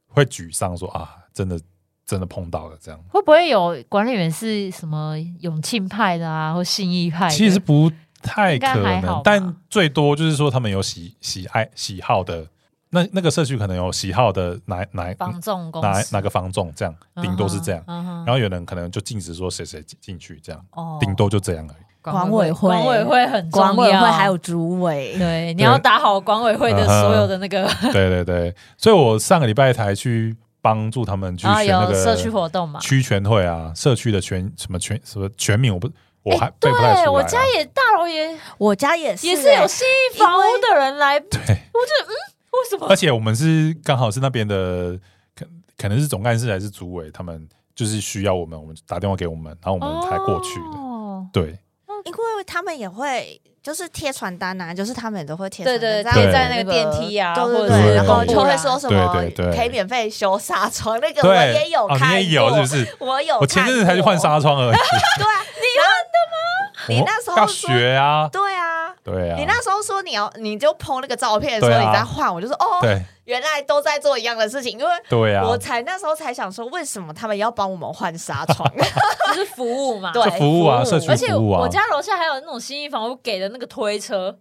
S1: 会沮丧说，啊，真的真的碰到了这样。
S3: 会不会有管理员是什么永庆派的啊，或信义派的？
S1: 其实不太可
S3: 应该还好
S1: 能
S3: 吧，
S1: 但最多就是说他们有喜喜爱喜好的，那那个社区可能有喜好的哪哪
S3: 防重公
S1: 哪
S3: 司
S1: 哪个房仲这样，顶多是这样。
S3: 嗯哼嗯哼
S1: 然后有人可能就禁止说谁谁进去这样，
S3: 哦
S1: 顶多就这样而已。
S2: 管委会
S3: 管委会很重要
S2: 管委会
S1: 啊
S2: 还有主委，
S3: 对，你要打好管委
S1: 嗯
S3: 会的所有的那个，
S1: 对对对，所以我上个礼拜才去帮助他们去
S3: 然后
S1: 选那
S3: 啊有社
S1: 个
S3: 区活动嘛。
S1: 区全会啊，社区的全什么全什么全名我不我还背
S3: 哎对
S1: 不太出来啊。
S3: 我家也大楼也
S2: 我家也是
S3: 也是
S2: 欸
S3: 有信义房屋的人来，为
S1: 对，
S3: 什么
S1: 而且我们是刚好是那边的，可可能是总干事还是主委，他们就是需要我们，我们打电话给我们，然后我们才过去的。
S3: 哦，
S1: 对，
S3: 那
S2: 因为他们也会就是贴传单啊，就是他们也都会贴传
S3: 对
S2: 单，
S3: 对
S2: 这
S3: 对，
S2: 样
S1: 对
S3: 贴在那个电梯啊，
S2: 对
S3: 或
S2: 对
S3: 者
S2: 对，
S3: 是
S2: 然后
S1: 对
S2: 就会说什么
S1: 对对对
S2: 可以免费修纱窗，那个我
S1: 对，
S2: 也有
S1: 哦，
S2: 看
S1: 你也有
S2: 过
S1: 是不是？
S2: 我有，
S1: 我前阵子才去换。纱窗而已。
S2: 对 啊，你
S1: 我
S2: 你那时候
S1: 要
S2: 说
S1: 学啊，
S2: 对啊，
S1: 对啊，
S2: 你那时候说你要，你就 PO 那个照片的时候
S1: 对啊
S2: 你在换，我就说哦，
S1: 对
S2: 原来都在做一样的事情，因为
S1: 对啊，
S2: 我才那时候才想说，为什么他们要帮我们换纱 窗？
S3: 就是服务嘛。
S2: 对
S1: 这服务啊，
S2: 服务
S1: 社区
S3: 而且
S1: 服务啊
S3: 我，家楼下还有那种新一房屋给的那个推车，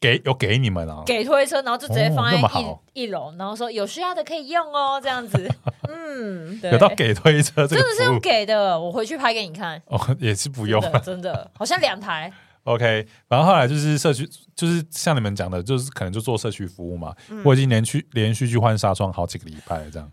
S1: 给有给你们啊，
S3: 给推车，然后就直接放在
S1: 哦那么
S3: 一、
S1: 好
S3: 一楼，然后说有需要的可以用哦，这样 子。
S2: 嗯，
S3: 对
S1: 有到给推车这
S3: 真
S1: 个
S3: 的是
S1: 服
S3: 用
S1: 务
S3: 给的，我回去拍给你看。
S1: 哦，也是不
S3: 不
S1: 用啊。
S3: 真的，好像 两台
S1: OK，然后后来就是社区，就是像你们讲的，就是可能就做社区服务嘛。
S2: 嗯
S1: 我已经连续连续去换纱窗好几个礼拜了，这样，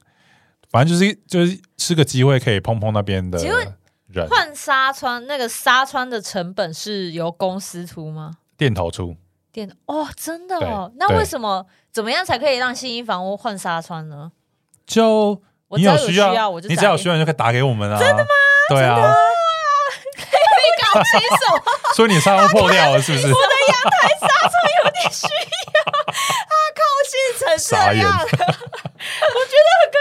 S1: 反正就是就是是个机会可以碰碰那边的
S3: 请问
S1: 人，
S3: 换纱窗，那个纱窗的成本是由公司出吗？
S1: 店头出。
S3: 店哦，真的哦
S1: 对，
S3: 那
S1: 对
S3: 为什么怎么样才可以让新一房屋换纱窗呢？
S1: 就
S3: 我
S1: 你
S3: 只要有
S1: 需
S3: 需要我就
S1: 你
S3: 打
S1: 只要有
S3: 给
S1: 需要你就可以打给我们啊。真的吗？对啊，
S3: 搞清楚，
S1: 所以你纱窗破掉了是 不是？
S3: 高兴哦成
S1: 傻眼。
S2: 啊
S3: 对，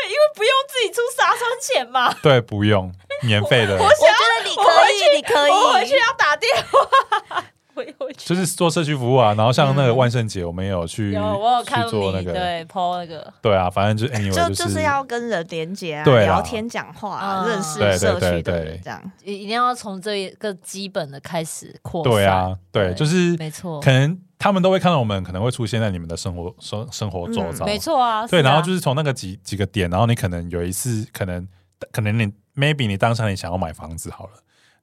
S3: 因为不用自己出纱窗钱嘛。
S1: 对，不用，免费的。
S2: 我觉得你可以，你可
S3: 我回去
S2: 以，
S3: 要打电话，我回去。
S1: 就是做社区服务啊，然后像那个万圣节，我们也有去
S3: 嗯有，我有
S1: 去
S3: 看到
S1: 做
S3: 你
S1: 那个，
S3: 对 PO 那个，
S1: 对啊，反正就 anyway
S2: 就就是是要跟人连接啊，
S1: 对啦
S2: 聊天、讲话啊、
S3: 嗯
S2: 认识
S1: 对对
S2: 社区
S1: 对
S2: 的
S1: 对
S2: 人这样。
S3: 一一定要从这个基本的开始扩散。
S1: 对啊，对，
S3: 对
S1: 就是
S3: 没错
S1: 可，能他们都会看到我们，可能会出现在你们的生活生生活周遭，
S3: 没错啊。
S1: 对，
S3: 是啊
S1: 然后就是从那个几几个点，然后你可能有一次，可能可能你 maybe 你当下你想要买房子好了，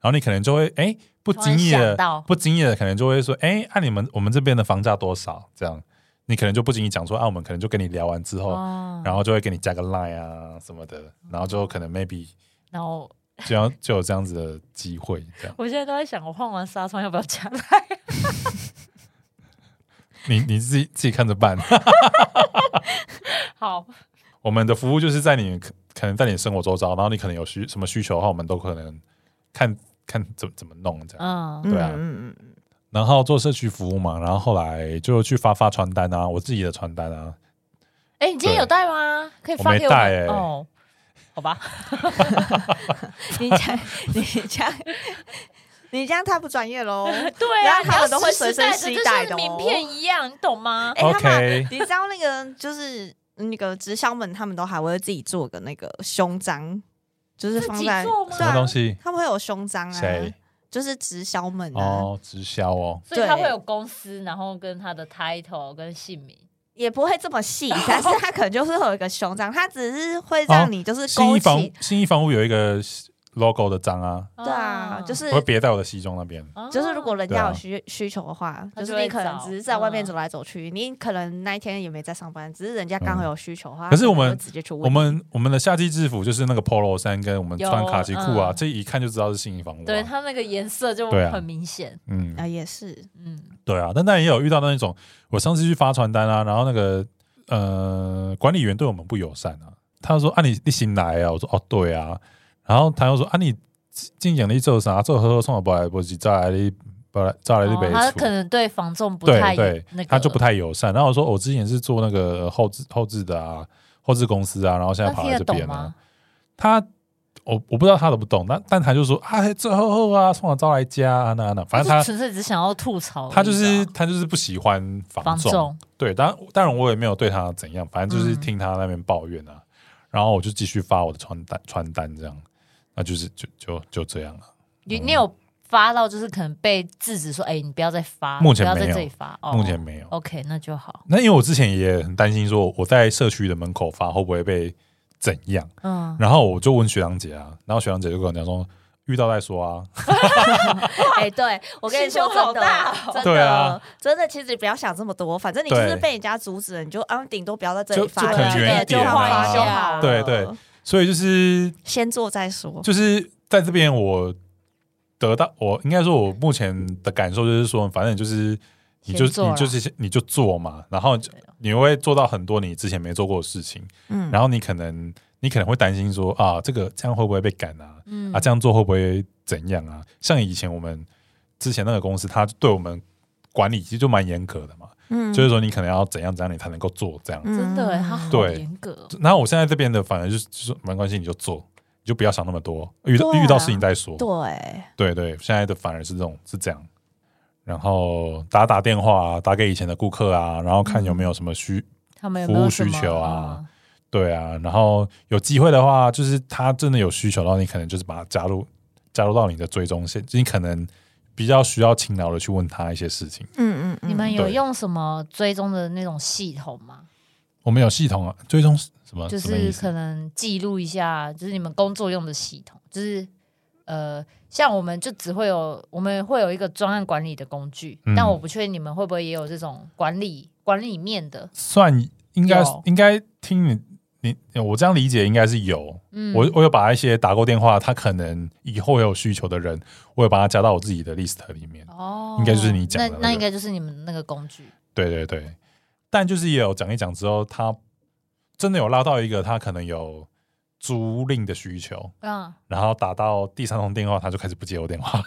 S1: 然后你可能就会哎、不经意
S3: 突然想
S1: 的
S3: 到
S1: 不经意的可能就会说哎，按、你们我们这边的房价多少这样，你可能就不经意讲说啊，我们可能就跟你聊完之后，
S3: 哦，
S1: 然后就会给你加个 line 啊什么的，然后就可能 maybe
S3: 然后
S1: 就要就有这样子的机会这样。
S3: 我现在都在想，我换完纱窗要不要加来？
S1: 你你自己自己看着办。
S3: 好，
S1: 我们的服务就是在你可可能在你生活周遭，然后你可能有需什么需求的话，我们都可能看看怎怎么弄这样。
S3: 嗯，
S1: 对啊
S2: 嗯嗯嗯，
S1: 然后做社区服务嘛，然后后来就去发发传单啊，我自己的传单啊，
S3: 哎，你今天有带吗？可以
S1: 我
S3: 发
S1: 没
S3: 给我
S1: 带
S3: 们
S1: 欸
S3: 哦。好吧，
S2: 你这样，你这样，你这样太不专业喽。
S3: 对
S2: 然
S3: 啊，
S2: 后他们都会
S3: 你要
S2: 随身
S3: 实
S2: 携带
S3: 带
S2: 的
S3: 的，就
S2: 哦
S3: 像名片一样，你懂吗？
S2: 哎，他们
S1: OK
S2: 你知道那个就是那个直销们，他们都还会自己做个那个胸章，就是
S3: 自
S2: 放
S3: 己
S2: 在
S3: 做吗
S1: 什么东西？
S2: 他们会有胸章啊，
S1: 谁？
S2: 就是直销们啊，
S1: 哦，直销哦，
S3: 所以他
S2: 对
S3: 会有公司，然后跟他的 title 跟姓名。
S2: 也不会这么细，但是他可能就是会有一个胸章，他只是会
S1: 哦
S2: 让你就是
S1: 新
S2: 勾
S1: 一房
S2: 起，
S1: 新一房屋有一个 logo 的章啊，
S3: 对
S2: 对啊，就是
S1: 我会别在我的西装那边。
S3: 哦
S2: 就是如果人
S1: 对啊
S2: 家有需需求的话，哦就
S3: 他就是会
S2: 你可能
S3: 找
S2: 只是在外面
S3: 嗯
S2: 走来走去，你可能那一天也没在上班，只是人家刚好有需求的
S1: 嗯
S2: 话，
S1: 可是我
S2: 他
S1: 们
S2: 会直接去问
S1: 我们我们的夏季制服就是那个 polo 衫跟我们
S3: 有
S1: 穿卡其裤啊，
S3: 嗯
S1: 这一看就知道是新一房屋、
S3: 对
S1: 啊。
S3: 他那个颜色就
S1: 对啊
S3: 很明显，
S1: 嗯，
S2: 啊也是，
S3: 嗯，
S1: 对啊，但但也有遇到那种，我上次去发传单啊，然后那个呃管理员对我们不友善啊，他说啊你你新来啊，我说哦对啊，然后他又说啊你进奖励做啥做喝喝送了不来不及再来你不来再来你北
S3: 哦他可
S1: 出。
S3: 能对房仲不太
S1: 对对
S3: 那个，
S1: 他就不太友善。然后我说，我之前是做那个呃后置后置的啊，后置公司啊，然后现在
S3: 他
S1: 跑
S3: 听
S1: 来这
S3: 得懂
S1: 边啊
S3: 吗。？
S1: 他我我不知道他都不懂，但但他就说啊，最后后啊，送我招来家啊那那，反正
S3: 就
S1: 他
S3: 纯粹只想要吐槽而已吧，
S1: 他就是他就是不喜欢
S3: 房
S1: 房仲，
S3: 仲，
S1: 对，当然当然我也没有对他怎样，反正就是
S3: 嗯
S1: 听他那边抱怨啊，然后我就继续发我的传单传单这样，那就是就就就这样了。
S3: 你
S1: 嗯
S3: 你有发到就是可能被制止说，哎，你不要再发，
S1: 目前
S3: 不要在
S1: 没有
S3: 这里发，哦
S1: 目前没有，
S3: OK，那就好，
S1: 那因为我之前也很担心说我在社区的门口发会不会被怎样，
S3: 嗯，
S1: 然后我就问学长姐啊，然后学长姐就跟我讲说遇到再说啊，
S2: 哎，对我跟你说
S3: 心胸好
S2: 真的
S3: 大哦，
S2: 真
S1: 对啊
S2: 的真的，其实不要想这么多，反正你就是
S1: 对
S2: 被人家阻止了，你就啊，顶多不要在这
S1: 就
S2: 里发
S1: 就
S2: 了，
S1: 可能
S2: 对
S1: 远一
S2: 就
S1: 点
S2: 换
S1: 啊
S2: 一个就好了
S1: 对对，所以就是
S2: 先做再说。
S1: 就是在这边我得到，我应该说，我目前的感受就是说，反正就是你就啊
S3: 先做啦
S1: 你就是你就做嘛，然后你会做到很多你之前没做过的事情，
S2: 嗯，
S1: 然后你可能你可能会担心说啊，这个这样会不会被赶啊？
S3: 嗯
S1: 啊，这样做会不会怎样啊？像以前我们之前那个公司，他对我们管理其实就蛮严格的嘛，
S2: 嗯
S1: 就是说你可能要怎样怎样你才能够做这样。
S3: 真的耶，他好
S1: 对
S3: 严格哦。
S1: 然后我现在这边的反而就是就是说没关系，你就做，你就不要想那么多，遇到、
S2: 对啊
S1: 遇到事情再说。
S2: 对，
S1: 对对，现在的反而是这种是这样。然后打打电话、啊，打给以前的顾客啊，然后看有没有什么需、
S3: 他们有
S1: 服
S3: 没有
S1: 务
S3: 什
S1: 需
S3: 么
S1: 求啊？对啊，然后有机会的话，就是他真的有需求，然后你可能就是把他加入加入到你的追踪线，就你可能比较需要勤劳的去问他一些事情。
S2: 嗯嗯
S3: 嗯你们有
S1: 对
S3: 用什么追踪的那种系统吗？
S1: 我们有系统啊，追踪什么？
S3: 就
S1: 什么意
S3: 是
S1: 思
S3: 可能记录一下，就是你们工作用的系统，就是呃，像我们就只会有我们会有一个专案管理的工具，
S1: 嗯
S3: 但我不确定你们会不会也有这种管理管理面的。
S1: 算应该
S3: 有
S1: 应该听你你我这样理解应该是有，
S3: 嗯，
S1: 我我有把一些打过电话，他可能以后有需求的人，我有把他加到我自己的 list 里面。
S3: 哦，
S1: 应该就是你讲的
S3: 那
S1: 那
S3: 那
S1: 个
S3: 应该就是你们那个工具。
S1: 对对对，但就是也有讲一讲之后，他真的有拉到一个他可能有租赁的需求，
S3: 嗯，
S1: 然后打到第三通电话，他就开始不接我电话，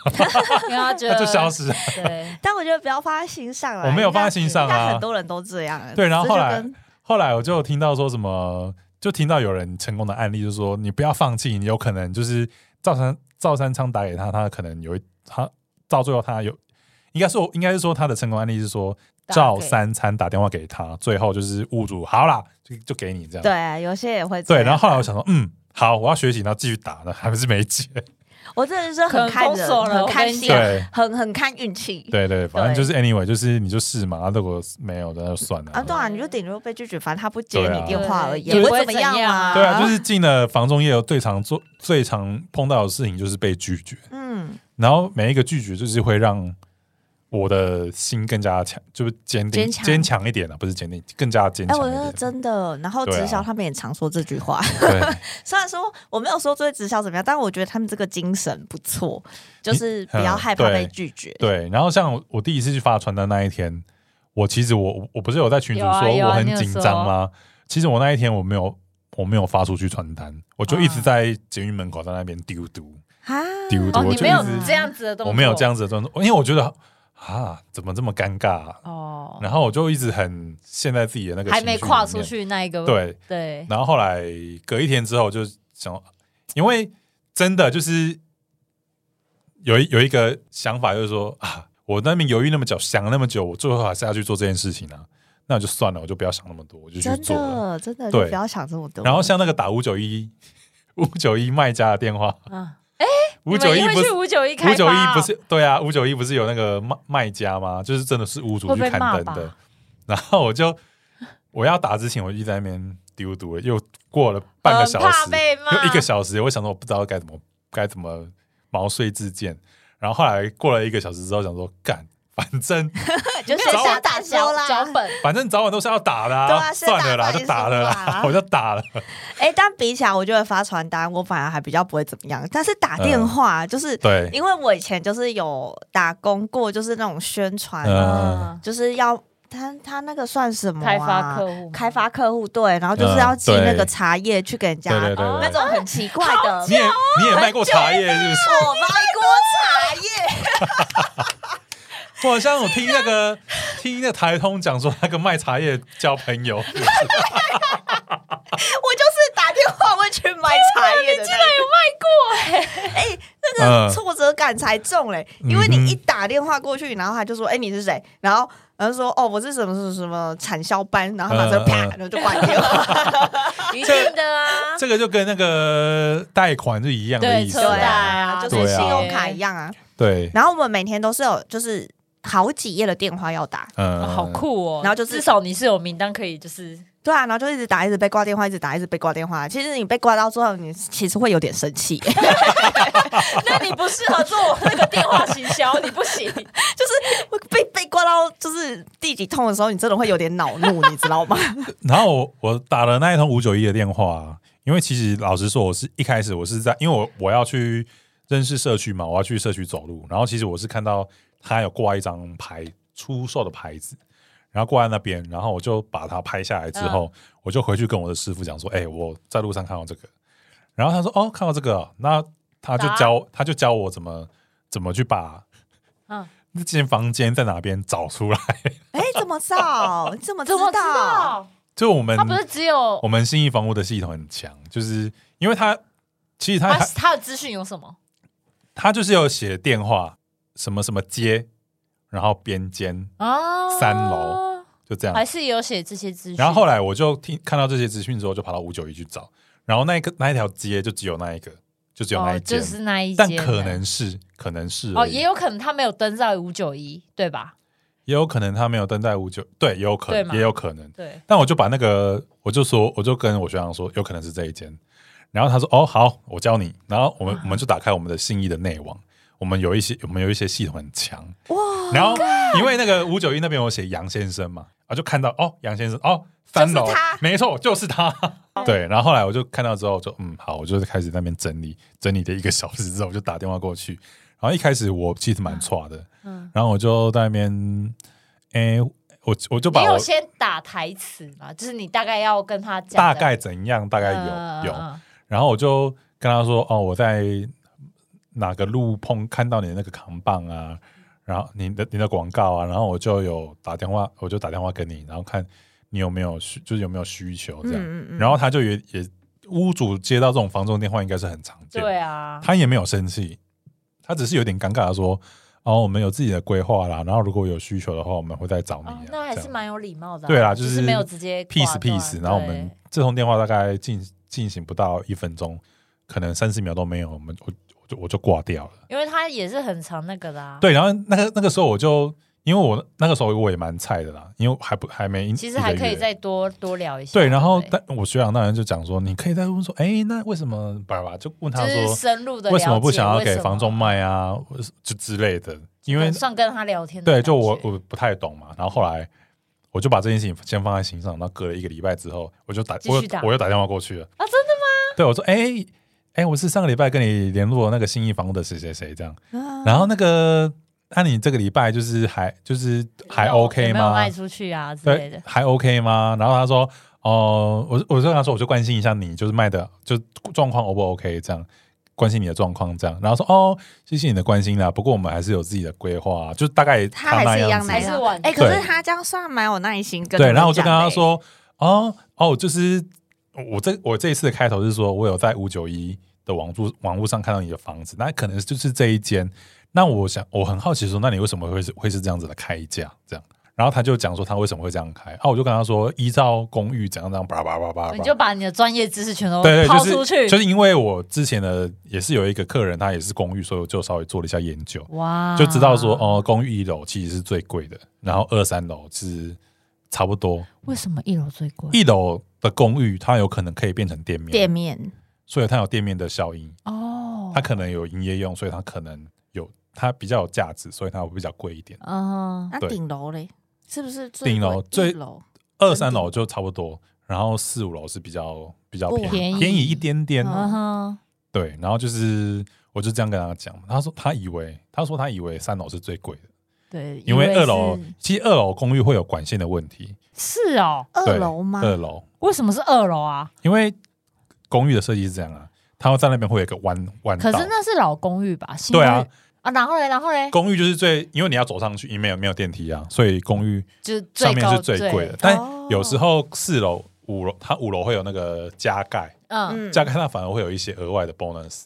S3: 因为他 觉
S1: 他
S3: 得
S1: 就消失了。
S3: 对，
S2: 但我觉得不要放在心上啊，
S1: 我没有
S2: 应该
S1: 放在心上啊
S2: 应该很多人都这样。
S1: 对然后
S2: 这就
S1: 后来
S2: 跟
S1: 后来我就听到说什么，就听到有人成功的案例，就是说你不要放弃，你有可能就是赵三赵三昌打给他，他可能有一他到最后他有，应该说应该是说他的成功案例是说
S3: 打给
S1: 赵三餐打电话给他，最后就是屋主好啦，就就给你这样。
S2: 对，有些也会这
S1: 对，
S2: 样
S1: 然后后来我想说，嗯，好，我要学习，然后继续打，那还不是没 解。
S2: 我真的是
S3: 可
S2: 很
S3: 能
S2: 看
S3: 封锁
S2: 人，
S3: 了
S2: 很
S3: 我
S2: 看
S3: 跟你
S2: 心
S3: 讲，
S1: 对
S2: 很很看运气。
S1: 对对，反正就是 anyway，就是你就试嘛，啊如果没有的那就算了。
S2: 啊，对啊，
S3: 对
S2: 你就顶多被拒绝，反正他不接
S1: 对啊
S2: 你电话而已，
S3: 对
S2: 也
S3: 也不
S2: 会
S3: 会
S2: 怎么样
S3: 怎样
S2: 啊？
S3: 啊
S1: 对啊，就是进了房仲业最常做、最常碰到的事情就是被拒绝，
S2: 嗯，
S1: 然后每一个拒绝就是会让我的心更加强，就是坚定、
S3: 坚强
S1: 坚强一点啊，不是坚定，更加坚
S2: 哎，
S1: 强
S2: 我
S1: 一
S2: 觉得
S1: 点。
S2: 真的，然后
S1: 对啊
S2: 直销他们也常说这句话，
S1: 对，
S2: 虽然说我没有说对直销怎么样，但我觉得他们这个精神不错，就是不要害怕
S1: 嗯对
S2: 被拒绝。
S1: 对，然后像我我第一次去发传单那一天，我其实我我我不是有在群主
S3: 有啊
S1: 说
S3: 有啊
S1: 我很
S3: 你有
S1: 紧
S3: 说
S1: 张吗？其实我那一天我没有我没有发出去传单，我就一直
S3: 啊
S1: 在捷运门口在那边丢毒，
S2: 啊，
S1: 丢我
S3: 哦，你
S1: 就
S3: 没有
S1: 一直
S3: 这样子的动作，
S1: 我没有这样子的状态，因为我觉得啊怎么这么尴尬啊、
S3: 哦，
S1: 然后我就一直很陷在自己的那个
S3: 还
S1: 情
S3: 没
S1: 绪
S3: 跨
S1: 里
S3: 出
S1: 面，
S3: 去那一个，
S1: 对。
S3: 对，
S1: 然后后来隔一天之后就想，因为真的就是有一有一个想法，就是说啊，我那边犹豫那么久，想了那么久，我最后还是要去做这件事情啊，那我就算了，我就不要想那么多，我就去
S2: 真
S1: 做了。
S2: 的真的就
S1: 对
S2: 不要想这么多。
S1: 然后像那个打五九一五九一卖家的电话，
S3: 啊，
S1: 五九一
S3: 你们也
S1: 不
S3: 会
S1: 是
S3: 去五九一开
S1: 五九一
S3: 发哦
S1: 不是对啊，五九一不是有那个卖卖家吗？就是真的是屋主
S3: 会
S1: 去
S3: 被
S1: 刊
S3: 骂
S1: 登
S3: 吧
S1: 的。 然后我就我要打之前，我一直在那边丢毒了，又过了半个小
S3: 很怕
S1: 时，
S3: 被骂
S1: 又一个小时，我想说我不知道该怎么该怎么毛遂自荐。然后后来过了一个小时之后，想说干，反正
S2: 就
S3: 没
S1: 早
S2: 先
S3: 有
S2: 下
S1: 晚
S2: 打消啦，
S3: 脚本，
S1: 反正早晚都是要打的、啊，
S2: 对啊先打
S1: 算了啦，
S2: 到
S1: 就
S2: 底
S1: 打了
S2: 是不打
S1: 啦
S2: 啦，
S1: 我就打了。
S2: 哎、但比起来，我觉得发传单，我反而还比较不会怎么样。但是打电话，
S1: 嗯
S2: 就是
S1: 对，
S2: 因为我以前就是有打工过，就是那种宣传，啊
S1: 嗯
S3: 嗯，
S2: 就是要他他那个算什么、啊？
S3: 开发客户吗，
S2: 开发客户对，然后就是要寄
S1: 嗯对
S2: 那个茶叶去给人家，
S1: 对对对
S3: 哦
S1: 对
S2: 那
S1: 对，
S2: 种很奇怪的。哦
S1: 你也你也卖过茶叶是不是？
S2: 我卖过茶叶，
S1: 我好像有听那个听那个台通讲说，那个卖茶叶交朋 友，
S2: 我就是打电话会去买茶叶的那种。
S3: 哎
S1: 嗯，
S2: 挫折感才重嘞，因为
S1: 嗯哼
S2: 你一打电话过去，然后他就说：“哎、你是谁？”然后然后说：“哦，我是什么什么什么产销班。”然后他马上啪，
S1: 嗯嗯
S2: 然后就挂电 话。
S3: 一定的啊，
S1: 这个就跟那个贷款是一样的
S3: 对
S1: 意思
S3: 车
S1: 啊，
S2: 对
S3: 贷
S2: 啊，
S3: 对啊
S2: 就是信用卡一样啊。
S1: 对，
S2: 然后我们每天都是有就是好几页的电话要打，
S1: 嗯
S3: 哦好，酷哦。
S2: 然后就是
S3: 至少你是有名单可以，就是
S2: 对啊，然后就一直打，一直被挂电话，一直打，一直被挂电话。其实你被挂到最后，你其实会有点生 气，
S3: 那你不适合做我那个电话行销，你不行。
S2: 被被挂到就是第几通的时候，你真的会有点恼怒，你知 道吗？
S1: 然后我我打了那一通五九一的电话，因为其实老实说，我是一开始我是在，因为我我要去认识社区嘛，我要去社区走路，然后其实我是看到他有挂一张牌出售的牌子。然后挂在那边，然后我就把它拍下来之后，
S3: 嗯
S1: 我就回去跟我的师傅讲说：“哎、我在路上看到这个。”然后他说：“哦，看到这个哦，那他就
S3: 答
S1: 教他就教我怎么怎么去把
S3: 嗯，
S1: 那间房间在哪边找出来？
S2: 哎，怎么找？你怎么知
S3: 怎么知
S2: 道？
S3: 道？
S1: 就我们
S3: 他不是只有
S1: 我们信义房屋的系统很强，就是因为它其实它
S3: 他
S1: 它
S3: 他的资讯有什么？
S1: 它就是有写电话什么什么街，然后边间
S3: 啊，
S2: 哦
S1: 三楼就这样。
S3: 还啊是有写这些资讯。
S1: 然后后来我就听看到这些资讯之后，就跑到五九一去找，然后那一个那一条街就只有那一个，就只有那
S3: 哦，
S1: 一间，
S3: 就是那一间
S1: 但
S3: 的，
S1: 可能是可能是
S3: 哦，
S1: 而已
S3: 也有可能他没有登在五九一，对吧？
S1: 也有可能他没有登在五九，对，也有可
S3: 对
S1: 能
S3: 嘛
S1: 也有可能。
S3: 对，
S1: 但我就把那个，我就说，我就跟我学长说，有可能是这一间。然后他说：“哦，好，我教你。”然后我们我们就打开我们的信义的内网，我们有一些我们有一些系统很强。
S2: 哇，
S1: 然后因为那个五九一那边有写杨先生嘛，啊，就看到哦，杨先生哦，三楼
S2: 就是他，
S1: 没错，就是他。对，然后后来我就看到之后就嗯，好，我就开始在那边整理整理的一个小时之后，我就打电话过去。然后一开始我其实蛮差的，
S3: 嗯，
S1: 然后我就在那边，哎，我我就把
S3: 你
S1: 我
S3: 有先打台词嘛？就是你大概要跟他讲，
S1: 大概怎样，大
S3: 大
S1: 概
S3: 嗯
S1: 有有。然后我就跟他说：“哦，我在哪个路碰看到你的那个扛棒啊，然后你的你的广告啊，然后我就有打电话，我就打电话跟你，然后看你有没有需，就是有没有需求这样。
S2: 嗯嗯嗯
S1: 然后他就也也屋主接到这种房仲电话应该是很常见，
S3: 对啊，
S1: 他也没有生气，他只是有点尴尬的说：哦，我们有自己的规划啦，然后如果有需求的话，我们会再找你、啊
S3: 哦，那还
S1: 这
S3: 是
S1: 样
S3: 蛮有礼貌的啊。
S1: 对啦，
S3: 就
S1: 就是
S3: 没有直接
S1: peace
S3: 挂断
S1: peace，然后我们
S3: 对
S1: 这通电话大概进进行不到一分钟，可能三十秒都没有，我们我我就我就挂掉了。
S3: 因为他也是很常那个的啊。，
S1: 对，然后那个那个时候我就因为我那个时候我也蛮菜的啦，因为还不还没
S3: 其实还可以
S1: 在
S3: 再多多聊一下。
S1: 对，然后
S3: 不
S1: 但我学长当然就讲说，你可以再问说，哎，那为什么爸爸就问他
S3: 就是
S1: 说
S3: 深入的
S1: 为什么不想要给房仲卖啊，就之类的，因为
S3: 算嗯跟他聊天的
S1: 对，
S3: 感觉。
S1: 就我我不太懂嘛，然后后来我就把这件事情先放在心上，然后隔了一个礼拜之后，我就打
S3: 继
S1: 我
S3: 续打
S1: 我又打电话过去了
S3: 啊
S1: 的
S3: 真
S1: 吗？对，我说哎哎、我是上个礼拜跟你联络那个新义房屋的谁谁谁这样，然后那个那、你这个礼拜就是还就是还
S3: 嗯有没有
S1: OK
S3: 有没有
S1: 吗
S3: 卖？出去啊之类
S1: 对
S3: 的，。
S1: 还 OK 吗？然后他说哦、我我就跟他说我就关心一下你，就是卖的就状况 O 不 OK 这样。关心你的状况，这样，然后说哦，谢谢你的关心啦。不过我们还是有自己的规划、啊就大概
S2: 他还
S1: 那
S2: 是一样
S1: 子
S2: 那
S3: 还是晚
S2: 哎，可是
S1: 对
S2: 他这样算蛮有耐心跟
S1: 对，
S2: 你
S1: 然后我就
S2: 讲
S1: 跟他
S2: 嘞，
S1: 说，哦哦，就是我这我这一次的开头是说我有在五九一的网络网络上看到你的房子，那可能就是这一间。那我想我很好奇说，那你为什么会是会是这样子的开价这样？然后他就讲说他为什么会这样开啊？我就跟他说，依照公寓怎样怎样，叭叭叭叭叭
S3: 你。就把你的专业知识全都
S1: 对对，
S3: 抛
S1: 就
S3: 出
S1: 是
S3: 去，
S1: 就是因为我之前的也是有一个客人，他也是公寓，所以我就稍微做了一下研究。
S3: 哇，
S1: 就知道说，
S3: 啊
S1: 哦，公寓一楼其实是最贵的，然后二三楼是差不多。
S3: 为什么一楼最贵？
S1: 一楼的公寓它有可能可以变成店面，
S2: 店面
S1: 所以它有店面的效应，
S3: 哦
S1: 它，可能有营业用，所以它可能有它比较有价值，所以它会比较贵一点。
S3: 嗯，
S2: 那
S1: 对
S2: 顶楼嘞，是不是最
S1: 顶楼
S2: 贵一
S1: 最
S2: 楼？
S1: 二三楼就差不多，然后四五楼是比较比较便宜
S3: 便宜
S1: 便宜一点点。
S2: 嗯
S3: 嗯哼，
S1: 对，然后就是我就这样跟他讲，他说他以为他说他以为三楼是最贵的，
S3: 对，
S1: 因为二楼
S3: 是
S1: 其实二楼公寓会有管线的问题，
S3: 是哦，
S2: 二
S1: 对
S2: 楼吗？
S1: 二楼
S3: 为什么是二楼啊？
S1: 因为公寓的设计是这样啊，它在那边会有一个弯弯
S3: 可
S1: 道。
S3: 是那是老公寓吧？新
S1: 对啊
S3: 公寓，啊，然后嘞，然后嘞，
S1: 公寓就是最，因为你要走上去，因为没有没有电梯啊，所以公寓
S3: 就是
S1: 上
S3: 最
S1: 面是
S3: 高
S1: 最贵的。，但
S2: 哦
S1: 有时候四楼、五楼，它五楼会有那个加盖，
S3: 嗯，
S2: 嗯
S1: 加盖它反而会有一些额外的 bonus，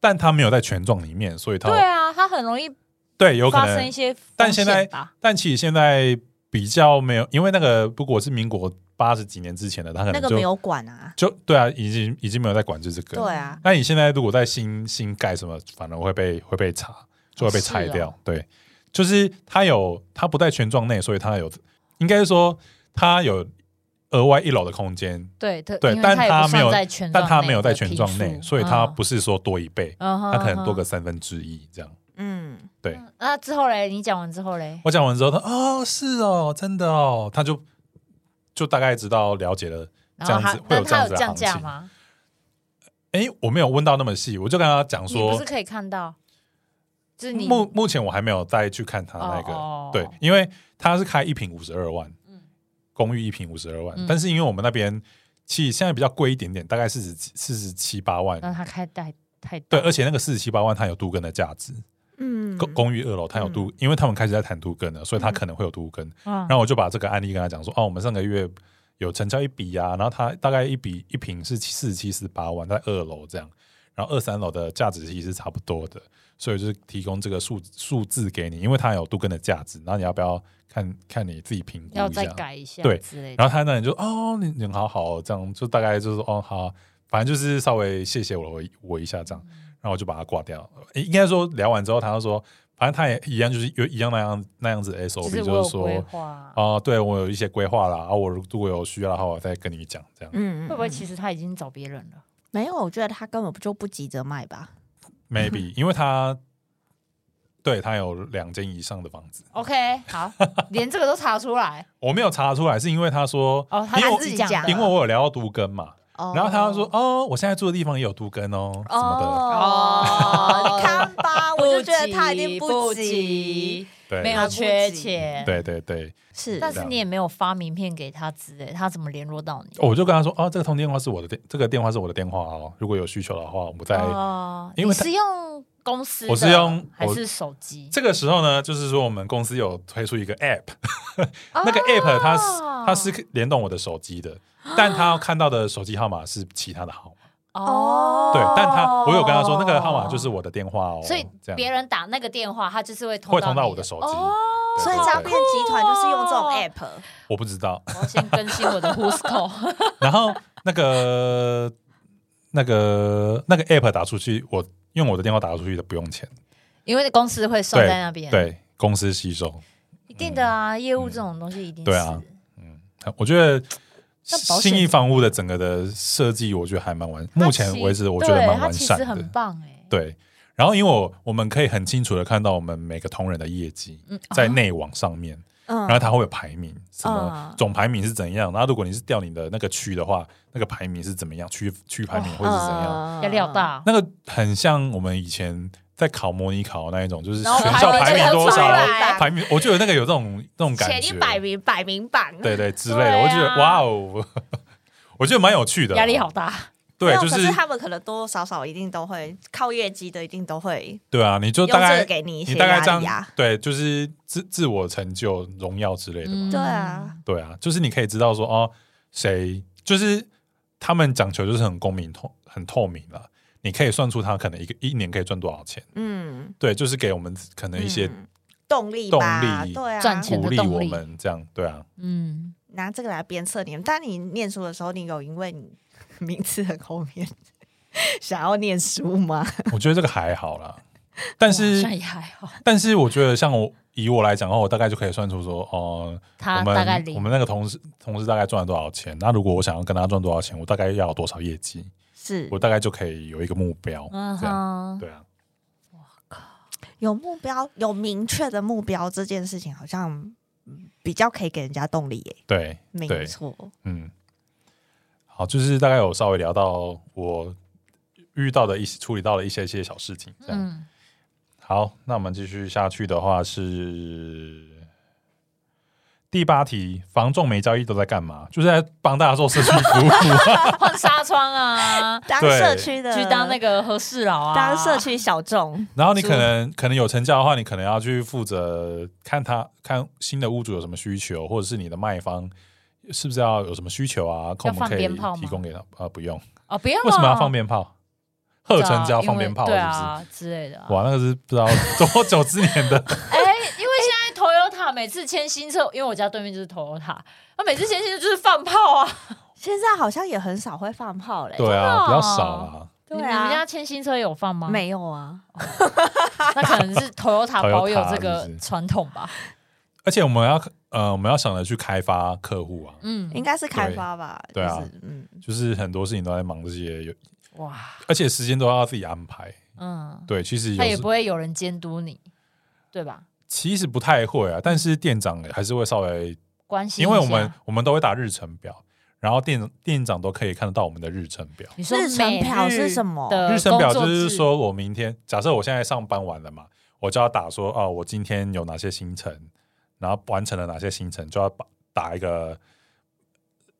S1: 但它没有在权状里面，所以它
S3: 对啊，它很容易
S1: 对有可
S3: 发生
S1: 能
S3: 一。些风险吧，
S1: 但现在但其实现在比较没有，因为那个如果是民国八十几年之前的，它可
S2: 那
S1: 能
S2: 个
S1: 就
S2: 没有管啊，
S1: 就对啊，已经已经没有在管制这个。
S2: 对啊，
S1: 那你现在如果在新新盖什么，反而会被会被查，就会被拆掉。
S3: 是哦
S1: 对，就是它有它不在权状内，所以它有，应该是说它有额外一楼的空间，
S3: 对对
S1: 对
S3: 因为
S1: 但
S3: 它也
S1: 它
S3: 不算
S1: 没有
S3: 在权，
S1: 但它没有在权状内，所以它，不是说多一倍，
S3: 嗯哼
S1: 它可能多个。三分之一这样。
S2: 嗯，
S1: 对
S3: 嗯那之后嘞，你讲完之后嘞，
S1: 我讲完之后，他哦是哦，真的哦，他就就大概知道了解了。
S3: 然后
S1: 这样
S3: 它
S1: 子会有
S3: 那
S1: 这样子
S3: 它有
S1: 的
S3: 降
S1: 行
S3: 价
S1: 情
S3: 吗？
S1: 诶，我没有问到那么细，我就跟他讲
S3: 你不
S1: 说
S3: 是，可以看到，就是你
S1: 目目前我还没有再去看他那个，
S3: 哦
S1: 对，因为他是开一平五十二万，
S3: 嗯
S1: 公寓一平五十二万，
S3: 嗯
S1: 但是因为我们那边其实现在比较贵一点点，大概四十四十七八万，
S3: 嗯让它开太太大
S1: 对，而且那个四十七八万它有度根的价值，
S2: 嗯
S1: 公公寓二楼，他有都，因为他们开始在谈都更了，所以他可能会有都更。
S3: 嗯
S1: 然后我就把这个案例跟他讲说，哦，我们上个月有成交一笔啊，然后他大概一笔一瓶是四十七、四十八万，在二楼这样，然后二三楼的价值其实是差不多的，所以就是提供这个数数字给你，因为它有都更的价值，然后你要不要看看你自己评估
S3: 要
S1: 一
S3: 再
S1: 下？
S3: 改一下，
S1: 对
S3: 之类的。
S1: 然后他那里就哦，你你好好这样，就大概就是哦好，反正就是稍微谢谢我我一下这样，然后我就把他挂掉。诶应该说聊完之后，他就说，反正他也一样，就是有一样那样那样子的 SOP，
S3: 就是我
S1: 就
S3: 有
S1: 是
S3: 规
S1: 说。
S3: 划，
S1: 哦，对我有一些规划啦，啊，我如果有需要的话，我再跟你讲，这样
S2: 嗯，
S3: 会不会其实他已经找别人了？
S2: 没有？我觉得他根本就不急着卖吧。
S3: 嗯
S1: maybe，因为他对他有两间以上的房子，
S3: OK，好， 连这个都查出来
S1: 我没有查出来，是因为他说，
S3: 哦，他
S1: 因为
S3: 他
S1: 我
S3: 自己讲的，
S1: 因为我有聊到都根嘛，
S2: 哦
S1: 然后他说，哦，我现在住的地方也有都根哦，什么的，
S2: 哦，你看吧，我
S3: 不
S2: 就觉得他一定
S3: 急
S2: 不
S3: 不
S2: 急，
S3: 急，
S1: 对，
S3: 没有缺钱，，
S1: 对对对，
S2: 是，
S3: 但是你也没有发名片给他之类，他怎么联络到你？
S1: 我就跟他说，哦，这个通电话是我的电，这个电话是我的电话哦，如果有需求的话，我再。
S3: 哦，
S1: 哎因为
S3: 你
S1: 他
S3: 是用公司的，
S1: 我是用
S3: 还
S1: 我
S3: 是手机？
S1: 这个时候呢，就是说我们公司有推出一个 app，、那
S3: 哦
S1: 个 app 它是它是联动我的手机 的，但他看到的手机号码是其他的号码，
S3: 哦，
S1: 对，但他我有跟他说那个号码就是我的电话哦，
S3: 所以
S1: 这
S3: 别
S1: 样
S3: 人打那个电话，他就是会通
S1: 会通到
S3: 你
S1: 我的手机，
S3: 哦，
S1: 对
S2: 所以
S1: 对
S2: 诈骗
S1: 对
S2: 集团就是用这种
S3: 酷哦
S2: app，
S1: 我不知道。
S3: 我要先更新我的 Who's
S1: 然后那个那个那个 app 打出去，我用我的电话打出去的不用钱，
S3: 因为公司会算在那边，，
S1: 对公司吸收。
S3: 一定的啊，业务这种东西一定
S1: 对啊我觉得
S3: 保险
S1: 信义房屋的整个的设计，我觉得还蛮完，
S3: 它
S1: 目
S3: 其
S1: 前为止我觉得
S3: 对
S1: 蛮
S3: 它
S1: 完
S3: 其
S1: 善
S3: 实很
S1: 的。
S3: 棒哎，
S1: 对，然后因为我我们可以很清楚的看到我们每个同仁的业绩
S3: 嗯
S1: 在内网上面，
S2: 嗯
S1: 然后它会有排名，什么
S3: 啊
S2: 嗯
S1: 总排名是怎样，然后如果你是调你的那个区的话，那个排名是怎么样，区区排名会是怎样，
S2: 嗯
S3: 要料，大，啊
S1: 那个很像我们以前。在考模拟考那一种，就是
S3: 然后
S1: 全校
S3: 排
S1: 排
S3: 名
S1: 名
S3: 就
S1: 多
S3: 出
S1: 少
S3: 来，
S1: 排名我就有那个有这种那种感觉，
S2: 前一百名百名榜，
S1: 对对之类
S3: 对
S1: 的，
S3: 啊
S1: 我觉得哇哦， 我觉得蛮有趣的，
S3: 压力好，大，
S1: 对，
S2: 没有
S1: 就
S2: 可
S1: 是
S2: 他们可能多多少少一定都会靠业绩的，一定都会
S1: 对啊，你就
S2: 用
S1: 大
S2: 这个
S1: 概
S2: 给你一
S1: 你
S2: 些
S1: 大概这
S2: 压力
S1: 样
S2: 啊。，
S1: 对，就是自自我成就、荣耀之类的嘛，
S3: 嗯
S2: 对啊，
S1: 对啊，就是你可以知道说哦，谁就是他们讲求就是很公民透、很透明了。你可以算出他可能一个一年可以赚多少钱，
S2: 嗯，
S1: 对，就是给我们可能一些
S2: 嗯动力
S1: 动
S2: 吧，
S1: 力
S2: 对啊，
S3: 赚钱的
S1: 鼓励
S3: 动
S1: 我
S3: 力
S1: 们这样，对啊，
S3: 嗯，
S2: 拿这个来鞭策你们。但你念书的时候，你有因为你 名次很后面 想要念书吗？
S1: 我觉得这个还好啦。但
S3: 好
S1: 是
S3: 像也还好，
S1: 但是我觉得像我以我来讲的话，我大概就可以算出说，哦、
S3: 他
S1: 我
S3: 大概
S1: 们我
S3: 零
S1: 们那个同事同事大概赚了多少钱？那如果我想要跟他赚多少钱，我大概要有多少业绩？
S2: 是
S1: 我大概就可以有一个目标，
S3: 嗯
S1: 这样
S3: 哼，
S1: 对啊，
S2: 有目标、有明确的目标这件事情，好像嗯比较可以给人家动力耶。
S1: 对
S2: 没
S1: 对，
S2: 错，
S1: 嗯，好，就是大概有稍微聊到我遇到的一些处理到的一些一些小事情，这样。
S3: 嗯，
S1: 好，那我们继续下去的话是第八题，房仲没交易都在干嘛？就是在帮大家做社区服务。
S3: 换纱窗啊，
S2: 当
S1: 对
S2: 社区的，
S3: 去当那个啊和事佬啊，
S2: 当社区小众，
S1: 然后你可能可能有成交的话，你可能要去负责看他看新的屋主有什么需求，或者是你的卖方是不是要有什么需求啊？看我们
S3: 放
S1: 可以
S3: 鞭炮吗
S1: 提供给他啊，不用，
S3: 哦，不要，
S1: 为什么要放鞭炮？贺成交放鞭炮是
S3: 对
S1: 不是？
S3: 啊之类的啊。
S1: 哇，那个是不知道多久之年 的，
S3: 哎，因为现在 Toyota 每次签新车，因为我家对面就是 Toyota，他每次签新车就是放炮啊。
S2: 现在好像也很少会放炮嘞。
S1: 对啊，
S3: 哦
S1: 比较少啊。
S2: 对
S3: 你们家
S2: 啊，
S3: 签新车有放吗？，
S2: 没有啊，
S3: 那可能 是 Toyota 保有这个
S1: 是不是
S3: 传统吧。
S1: 而且我们要呃，我们要想着去开发客户啊，
S3: 嗯，
S2: 应该是开发吧。
S1: 对
S2: 就是
S1: 对啊
S2: 嗯，
S1: 就是很多事情都在忙这些，有
S3: 哇，
S1: 而且时间都要自己安排。
S3: 嗯，
S1: 对，其实
S3: 他
S1: 有
S3: 也
S1: 时
S3: 不会有人监督你，对吧？
S1: 其实不太会啊，但是店长还是会稍微
S3: 关心一
S1: 因
S3: 下，
S1: 为我们我们都会打日程表，然后店店长都可以看得到我们的日程表。
S3: 你说
S2: 日程
S3: 每
S2: 表是
S3: 日
S2: 什么
S3: 的
S1: 日程表
S3: 工
S1: 就
S3: 呃作
S1: 是
S3: 制，
S1: 说，我明天假设我现在上班完了嘛，我就要打说哦，我今天有哪些行程，然后完成了哪些行程，就要打打一个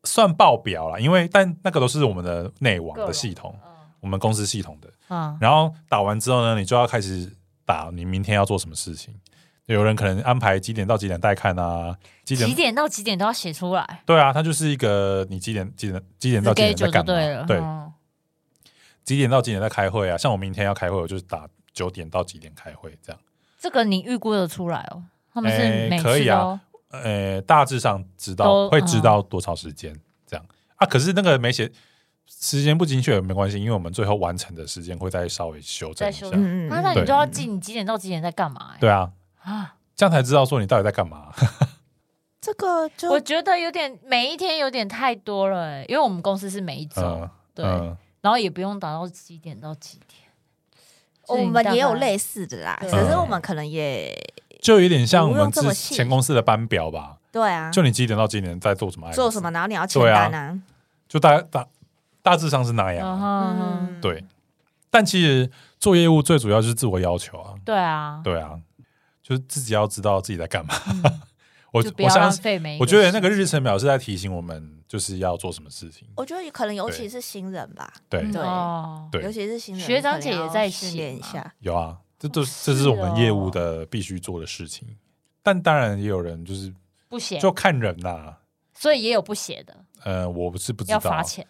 S1: 算报表啦。因为但那个都是我们的内网
S3: 各
S1: 的
S3: 种
S1: 系统，
S3: 嗯
S1: 我们公司系统的。
S3: 嗯
S1: 然后打完之后呢，你就要开始打你明天要做什么事情。有人可能安排几点到几点带看啊，几点
S3: 几点到几点都要写出来，
S1: 对啊，它就是一个你几点几点几点到几点
S3: schedule
S1: 在
S3: 就
S1: 干
S3: 对了。
S1: 嘛？对，
S3: 嗯
S1: 几点到几点在开会啊？像我明天要开会，我就是打九点到几点开会这样。
S3: 这个你预估得出来哦。他们
S1: 哎
S3: 是每
S1: 可
S3: 次
S1: 以
S3: 都
S1: 啊呃，大致上知道
S3: 都嗯
S1: 会知道多少时间这样啊。可是那个没写时间不精确也没关系，因为我们最后完成的时间会再稍微修正一
S3: 再
S1: 下
S3: 修。正
S2: 嗯嗯，
S3: 啊，那你
S1: 对
S3: 就要记你几点到几点在干嘛？哎
S1: 对啊，
S3: 啊，
S1: 这样才知道说你到底在干嘛。
S2: 这个就
S3: 我觉得有点每一天有点太多了，哎因为我们公司是每一周
S1: 嗯，
S3: 对，
S1: 嗯，
S3: 然后也不用打到几点到几点。
S2: 我们也有
S3: 累，
S2: 类似的啦，
S3: 对
S2: 只
S1: 嗯
S2: 是我们可能也
S1: 就有点像我
S2: 不用
S1: 们
S2: 这
S1: 之
S2: 么细
S1: 前公司的班表吧，
S2: 对啊，
S1: 就你几点到几点在做什么，
S2: 做什么，，然后你要签
S1: 对啊
S2: 单啊，
S1: 就大大大致上是那样
S3: 嗯
S1: 啊。
S3: 哼哼
S2: 嗯，
S1: 对，但其实做业务最主要就是自我要求啊，
S3: 对啊，嗯
S1: 对啊，就是自己要知道自己在干嘛。我
S3: 就 不
S1: 我
S3: 要
S1: 相
S3: 浪
S1: 信，
S3: 费每一
S1: 我觉得
S3: 时
S1: 那个日程表是在提醒我们就是要做什么事情。
S2: 我觉得可能尤
S1: 对
S2: 其是新人吧，
S1: 对，
S3: 嗯
S2: 对
S3: 哦
S1: 对
S2: 尤其是新人，
S3: 学长姐也在写
S2: 训练一
S3: 嘛
S2: 下，
S1: 有啊，这都
S3: 哦
S1: 这是我们
S3: 是哦
S1: 业务的必须做的事情。但当然也有人就是
S3: 不写，
S1: 就看人啦、
S3: 所以也有不写的，
S1: 呃，我是不知
S3: 要
S1: 道
S3: 罚钱，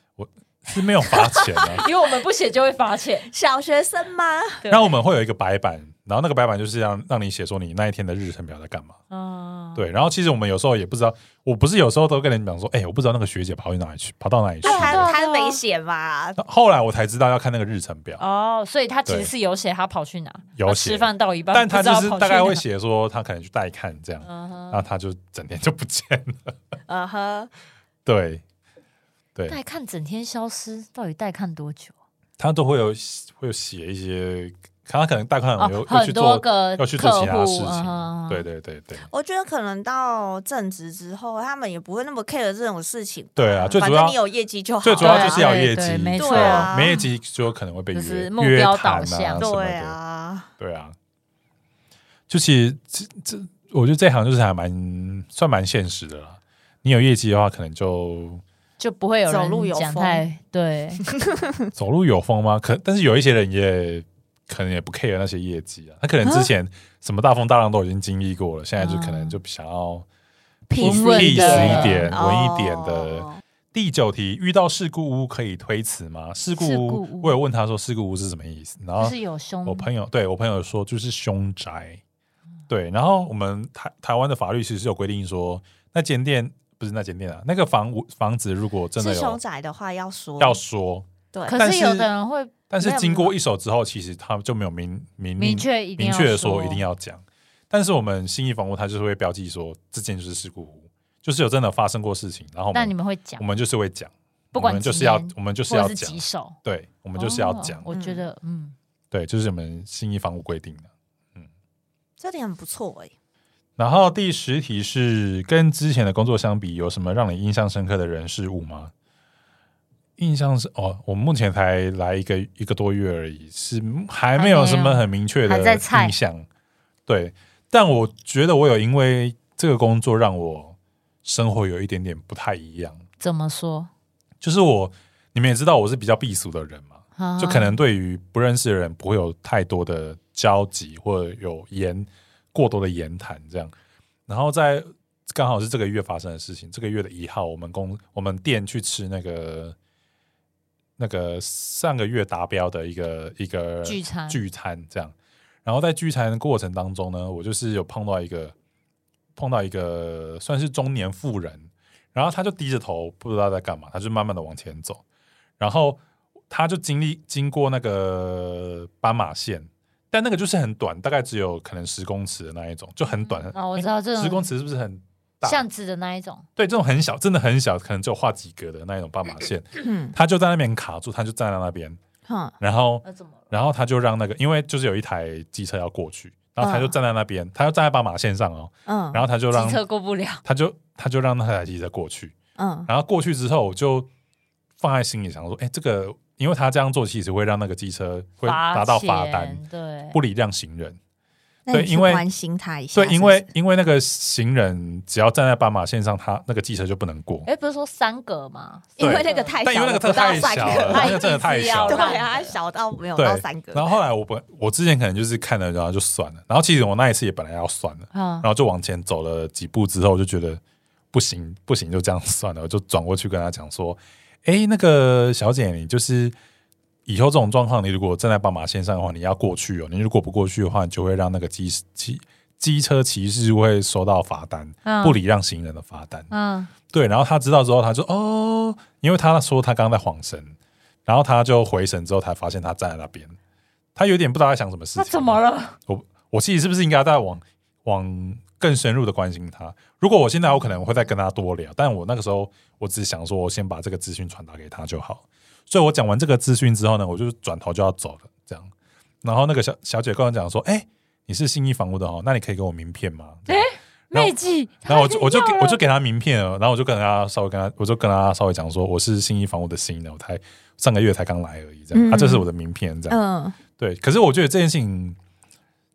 S1: 是没有罚钱啊的、
S3: 因为我们不写就会罚钱。
S2: 小学生吗？
S3: 对
S1: 然后我们会有一个白板，然后那个白板就是让让你写说你那一天的日程表在干嘛。
S3: 嗯，
S1: 对，然后其实我们有时候也不知道，我不是有时候都跟人讲说，哎、我不知道那个学姐跑去哪里去，跑到哪里去
S2: 那
S1: 了。
S2: 他
S3: 啊
S2: 他没写嘛？
S1: 后来我才知道要看那个日程表，
S3: 哦，所以他其
S1: 对
S3: 实是有写他跑去哪，
S1: 有
S3: 他
S1: 写
S3: 吃饭到一半，
S1: 但他就
S3: 不知
S1: 是
S3: 道跑去
S1: 大概
S3: 哪
S1: 会，写啊说他可能去带看这样，
S3: 嗯
S1: 然
S3: 哼
S1: 后他就整天就不见了。
S2: 嗯哼，
S1: 对，对，
S3: 带看整天消失，到底带看多久？
S1: 他都会有会有写一些，他可能带看
S3: 哦
S1: 嗯有，又去
S3: 很多
S1: 做
S3: 个
S1: 要去做其他
S3: 客户
S1: 事情，
S3: 嗯
S1: 对对对对
S2: 我觉得可能到正职之后，他们也不会那么 care 这种事情，
S1: 对
S3: 嗯
S1: 啊！最
S2: 反
S1: 主
S2: 正
S1: 要
S2: 你有业绩就好了，
S1: 最主要就是要有
S3: 对
S1: 业
S3: 对
S1: 绩，
S3: 没
S2: 错啊
S1: 没业绩就可能会被
S3: 就是
S1: 约
S3: 目
S1: 约
S3: 标
S1: 谈
S3: 导
S1: 啊
S3: 向
S1: 什么
S2: 对
S1: 的，
S2: 啊，
S1: 对啊。就其实这这，我觉得这行就是还蛮算蛮现实的啦。你有业绩的话，可能就
S3: 就不会有
S2: 走路
S3: 人
S2: 有
S3: 讲
S2: 风
S3: 太 对，
S1: 走路有风吗？可但是有一些人也可能也不 care 那些业绩啊，他可能之前什么大风大浪都已经经历过了，现在就可能就想要
S3: 平
S1: 稳
S3: 稳
S1: 一
S3: 的
S1: 点、稳一点的。
S2: 哦
S1: 第九题，遇到事故屋可以推辞吗？事故
S3: 事故
S1: 屋
S3: 屋，
S1: 我有问他说事故屋是什么意思，然
S3: 就
S1: 后
S3: 是有凶
S1: 啊我朋友对我朋友说就是凶宅，对，然后我们台台湾的法律其实是有规定说，那间店不是那间店啊，那个房屋房子如果真的
S2: 是熊
S1: 有
S2: 仔的话要说
S1: 要说，
S2: 对，
S3: 可
S1: 但
S3: 是
S1: 是
S3: 有的人会
S1: 但是
S2: 没有
S1: 经过一手之后，其实他就没有明明
S3: 明
S1: 令
S3: 确一
S1: 明
S3: 定要
S1: 确的说一定要讲。但是我们新意房屋它就是会标记说这件就是事故屋，就是有真的发生过事情，然后我
S3: 但你
S1: 们
S3: 们会讲
S1: 我，们就是会讲，
S3: 不管
S1: 我们
S3: 几
S1: 就是要
S3: 年
S1: 我们就是
S3: 或者
S1: 要
S3: 是
S1: 讲
S3: 棘，手，
S1: 对，我们就是要
S3: 哦
S1: 讲，
S3: 我觉得嗯，
S1: 对，就是我们新意房屋规定的。
S2: 这点很不错 哎。
S1: 然后第十题是跟之前的工作相比，有什么让你印象深刻的人事物吗？印象是哦，我目前才来一个一个多月而已，是还没有什么很明确的
S3: 还在菜
S1: 印象。对，但我觉得我有因为这个工作让我生活有一点点不太一样，
S3: 怎么说？
S1: 就是我你们也知道我是比较避俗的人嘛，
S3: 啊
S1: 就可能对于不认识的人不会有太多的交集，或者有言过多的言谈这样。然后在刚好是这个月发生的事情，这个月的一号，我们公我们店去吃那个那个上个月达标的一个一个
S3: 聚餐
S1: 聚餐这样。然后在聚餐的过程当中呢，我就是有碰到一个碰到一个算是中年妇人，然后她就低着头不知道在干嘛，她就慢慢的往前走，然后她就经历经过那个斑马线，但那个就是很短，大概只有可能十公尺的那一种，就很短。
S3: 哦我知道这种
S1: 十公尺是不是很大？
S3: 巷子的那一种，
S1: 对，这种很小，真的很小，可能只有画几格的那一种斑马线，
S2: 嗯
S1: 她就在那边卡住，她就站在那边，
S2: 哼，
S1: 然后
S3: 那怎么了？
S1: 然后他就让那个，因为就是有一台机车要过去，然后他就站在那边，他就站在斑马线上哦，
S2: 嗯
S1: 然后他就让
S3: 机车过不了，
S1: 他就他就让那台机车过去，
S2: 嗯
S1: 然后过去之后我就放在心里想说，哎，这个因为他这样做其实会让那个机车会拿到罚单，
S3: 钱，对，
S1: 不礼让行人，
S2: 那你
S1: 对
S2: 去
S1: 因为
S2: 关心他一下，
S1: 对，
S2: 是
S1: 因
S2: 不
S1: 为
S2: 是
S1: 因为那个行人只要站在斑马线上，他那个机车就不能过。
S3: 哎，不是说三格吗？
S1: 对
S2: 因为那个太小
S1: 但因
S2: 了，
S1: 为那个
S2: 不到
S1: 太
S2: 三
S1: 小
S2: 个
S1: 了，那个真的太小
S2: 对
S1: 了。
S2: 啊，小到没有
S1: 对
S2: 到三个，
S1: 然后后来我本我之前可能就是看了，然后就算了。然后其实我那一次也本来要算了，
S3: 啊
S1: 然，后就往前走了几步之后，就觉得不行不行，就这样算了。我就转过去跟他讲说：“哎，那个小姐，你就是以后这种状况，你如果站在斑马线上的话，你要过去哦。你如果不过去的话，你就会让那个机机机车骑士会收到罚单，
S3: 嗯
S1: 不礼让行人的罚单。
S3: 嗯，
S1: 对，然后他知道之后，他就哦，因为他说他刚刚在晃神，然后他就回神之后才发现他站在那边，他有点不知道在想什么事
S3: 那
S1: 情。
S3: 怎么？了？
S1: 我我自己是不是应该再往往更深入的关心他？如果我现在我可能会再跟他多聊，但我那个时候我只想说，我先把这个资讯传达给他就好。所以我讲完这个资讯之后呢，我就转头就要走了，这样。然后那个小小姐跟我讲说：“哎、你是信义房屋的哦，那你可以给我名片吗？”这样 然后
S3: 妹记，
S1: 然后我就我就
S3: 太
S1: 给
S2: 啊
S3: 妙了
S1: 我就给他名片了，然后我就跟他稍微跟他我就跟他稍微讲说我是信义房屋的新人，我才上个月才刚来而已，这样、
S2: 嗯
S1: 啊，这是我的名片，这样、
S2: 嗯，
S1: 对。可是我觉得这件事情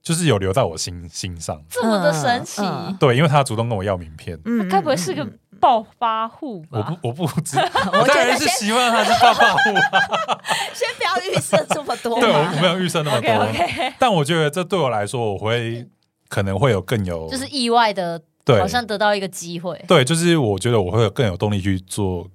S1: 就是有留在我心心上，
S3: 这么的神奇，
S2: 嗯
S1: 对，因为他主动跟我要名片，
S2: 嗯，
S3: 该不会是个暴发户
S1: 我
S3: 吧？
S1: 不我不知，我当然是希望他是爸爸我，
S2: 嗯先不要预设这么 多
S1: 对我
S2: 嘛
S1: 我，没有预设那么
S3: OK
S1: 多，
S3: OK，
S1: 但我觉得这对我来说，我会可能会有更有
S3: 就是意外的，
S1: 对
S3: 好像得到一个机会。
S1: 对，就是我觉得我会有更有动力去做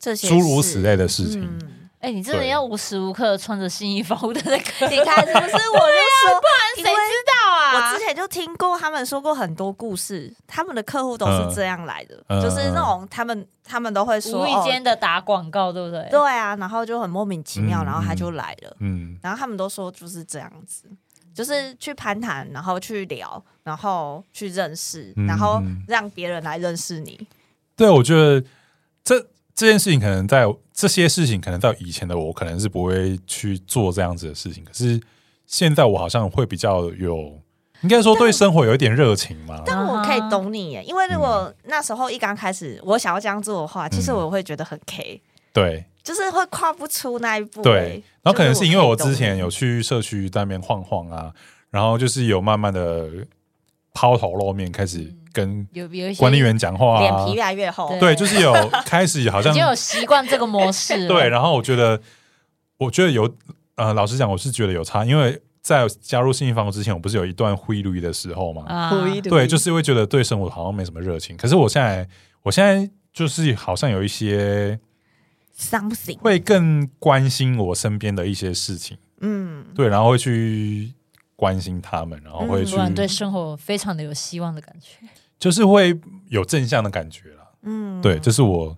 S2: 这些
S1: 诸如此
S2: 事
S1: 类的事情。
S2: 嗯
S3: 哎，你真的
S1: 对
S3: 要无时无刻穿着新衣服的那个，
S2: 你看啊是不 是？我就说，
S3: 谁
S2: 因
S3: 知
S2: 为
S3: 道
S2: 我
S3: 啊？
S2: 之前就听过他们说过很多故事，他们的客户都是这样来的，
S1: 嗯
S2: 就是那种他们他们都会说，
S3: 无意间的打广告，对不对
S2: 哦、？对啊，然后就很莫名其
S1: 嗯
S2: 妙，然后他就来了，
S1: 嗯，
S2: 然后他们都说就是这样子。就是去攀谈，然后去聊，然后去认识，
S1: 嗯
S2: 然后让别人来认识你。
S1: 对，我觉得这这件事情可能在这些事情，可能在以前的我可能是不会去做这样子的事情，可是现在我好像会比较有，应该说对生活有一点热情嘛。
S2: 但我
S3: 啊
S2: 可以懂你耶，因为如果那时候一刚开始我想要这样做的话，其实
S1: 嗯
S2: 我会觉得很 K，
S1: 对
S2: 就是会跨不出那一步耶。
S1: 对，然后可能是因为我之前
S2: 有。
S1: 有去社区那边晃晃啊，然后就是有慢慢的抛头露面，开始跟
S3: 有有一些
S1: 管理员讲话
S2: 脸
S1: 啊
S2: 皮，越来越厚。
S3: 对
S1: 对，就是有开始好
S3: 已
S1: 像
S3: 经有习惯这个模式 了，
S1: 对，然后我觉得，我觉得有，呃，老实讲，我是觉得有差，因为在加入信息房屋之前，我不是有一段灰绿的时候嘛，
S3: 啊
S1: 对，就是会觉得对生活好像没什么热情。可是我现在，我现在就是好像有一些
S2: something。
S1: 会更关心我身边的一些事情，
S2: 嗯，
S1: 对，然后会去关心他们，然后会
S2: 嗯
S1: 去
S3: 突，然对生活非常的有希望的感觉。
S1: 就是会有正向的感觉啦。
S2: 嗯，
S1: 对，这是我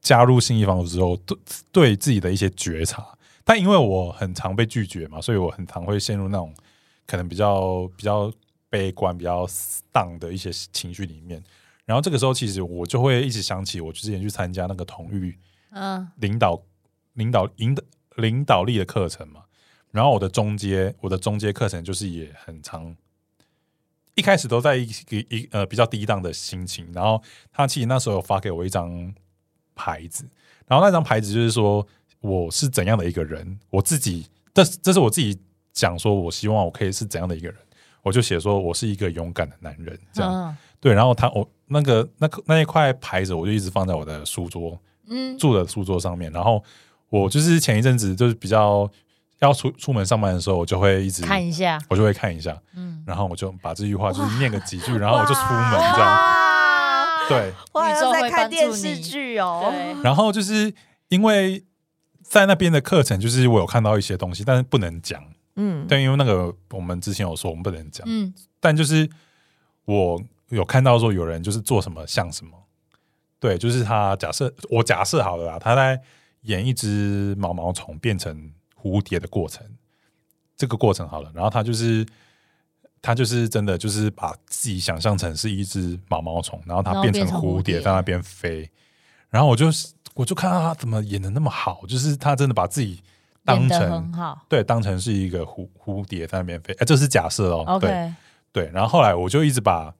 S1: 加入信义房屋之后对对自己的一些觉察。但因为我很常被拒绝嘛，所以我很常会陷入那种可能比较比较悲观、比较 down 的一些情绪里面。然后这个时候，其实我就会一直想起我之前去参加那个同育
S3: 嗯，
S1: 领导领导引导领导力的课程嘛。然后我的中阶，我的中阶课程就是也很长，一开始都在一个一呃比较低档的心情。然后他其实那时候有发给我一张牌子，然后那张牌子就是说我是怎样的一个人，我自己这是这是我自己讲说，我希望我可以是怎样的一个人。我就写说我是一个勇敢的男人，这样、
S3: 嗯
S1: 对。然后他我那个那个那一块牌子，我就一直放在我的书桌
S3: 嗯，
S1: 住的书桌上面，然后我就是前一阵子就是比较要出出门上班的时候，我就会一直
S3: 看一下，
S1: 我就会看一下，
S3: 嗯，
S1: 然后我就把这句话就是念个几句，然后我就出门这样。
S2: 哇，
S1: 对，
S2: 我好
S3: 宇宙
S2: 像
S3: 会
S2: 在看
S3: 帮助
S2: 电视
S3: 你
S2: 剧哦。
S3: 对，
S1: 然后就是因为在那边的课程，就是我有看到一些东西，但是不能讲。
S2: 嗯，
S1: 但因为那个我们之前有说我们不能讲，
S3: 嗯，
S1: 但就是我有看到说有人就是做什么像什么，对，就是他假设我假设好了啦，他在演一只毛毛虫变成蝴蝶的过程，这个过程好了，然后他就是他就是真的就是把自己想象成是一只毛毛虫，然后
S3: 然
S1: 它
S3: 后
S1: 变
S3: 变
S1: 成
S3: 成
S1: 蝴
S3: 蝴
S1: 蝶
S3: 蝶
S1: 在那边飞，然后我就是我就看到他怎么演的那么好，就是他真的把自己当
S3: 演的
S1: 成
S3: 很好。
S1: 对当成是一个蝴蝴蝶在那边飞，哎，这是假设哦对。
S3: OK，
S1: 对，然后后来我就一直把，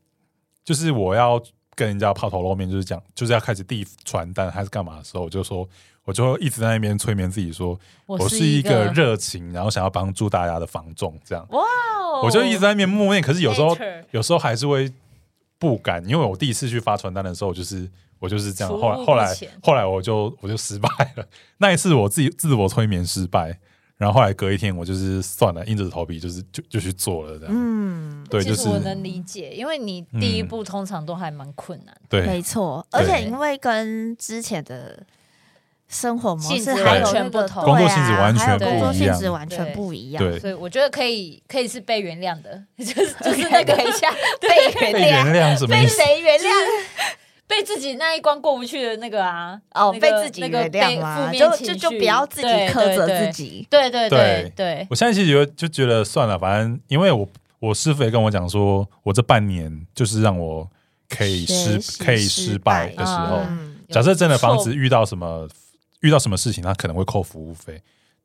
S1: 就是我要跟人家抛头露面，就是讲就是要开始递传单还是干嘛的时候，我就说，我就一直在那边催眠自己说，我是一个热情，然后想要帮助大家的房仲这样。
S3: 哇哦，
S1: 我就一直在那边默念，可是有时候
S3: Nature
S1: 有时候还是会不敢，因为我第一次去发传单的时候，我就是我就是这样，
S3: 初
S1: 后来
S3: 入
S1: 后来
S3: 不前
S1: 后来我就我就失败了。那一次我自己自我催眠失败，然后后来隔一天我就是算了，硬着头皮就是就就去做了这样。
S2: 嗯，
S1: 对，就是嗯
S3: 其实我能理解，因为你第一步通常都还蛮困难的。
S1: 对
S2: 没错，
S1: 对
S2: 而且因为跟之前的生活模
S3: 性质
S2: 式还
S1: 完
S2: 有
S3: 全
S2: 那个
S3: 不同
S2: 对啊
S1: 工作性质完全
S2: 还有
S1: 不
S2: 工作
S1: 一
S2: 性
S1: 样
S2: 质完全不一样，
S1: 对
S3: 所以我觉得可以，可以是被原谅的， 就是 就是那个一下
S1: 被
S3: 被原
S1: 原
S3: 谅，
S1: 谅什么意
S3: 被
S1: 思？
S3: 谁原谅？被自己那一关过不去的那个啊，
S2: 哦，
S3: 那
S2: 被
S3: 个
S2: 自己
S3: 那个
S2: 原谅
S3: 被负
S2: 啦，
S3: 面
S2: 就
S3: 情
S2: 就
S3: 绪
S2: 就不要自己
S3: 对
S2: 苛责
S3: 对对
S2: 自己，
S3: 对对对
S1: 对
S3: 对，
S1: 我现在其实觉得就觉得算了，反正因为我我师傅也跟我讲说，我这半年就是让我可以
S2: 学
S1: 失
S2: 习
S1: 可以
S2: 失
S1: 失败
S2: 败
S1: 的时候，
S3: 啊
S2: 嗯，
S1: 假设真的房子
S3: 有
S1: 遇到什么遇到什么事情，他可能会扣服务费。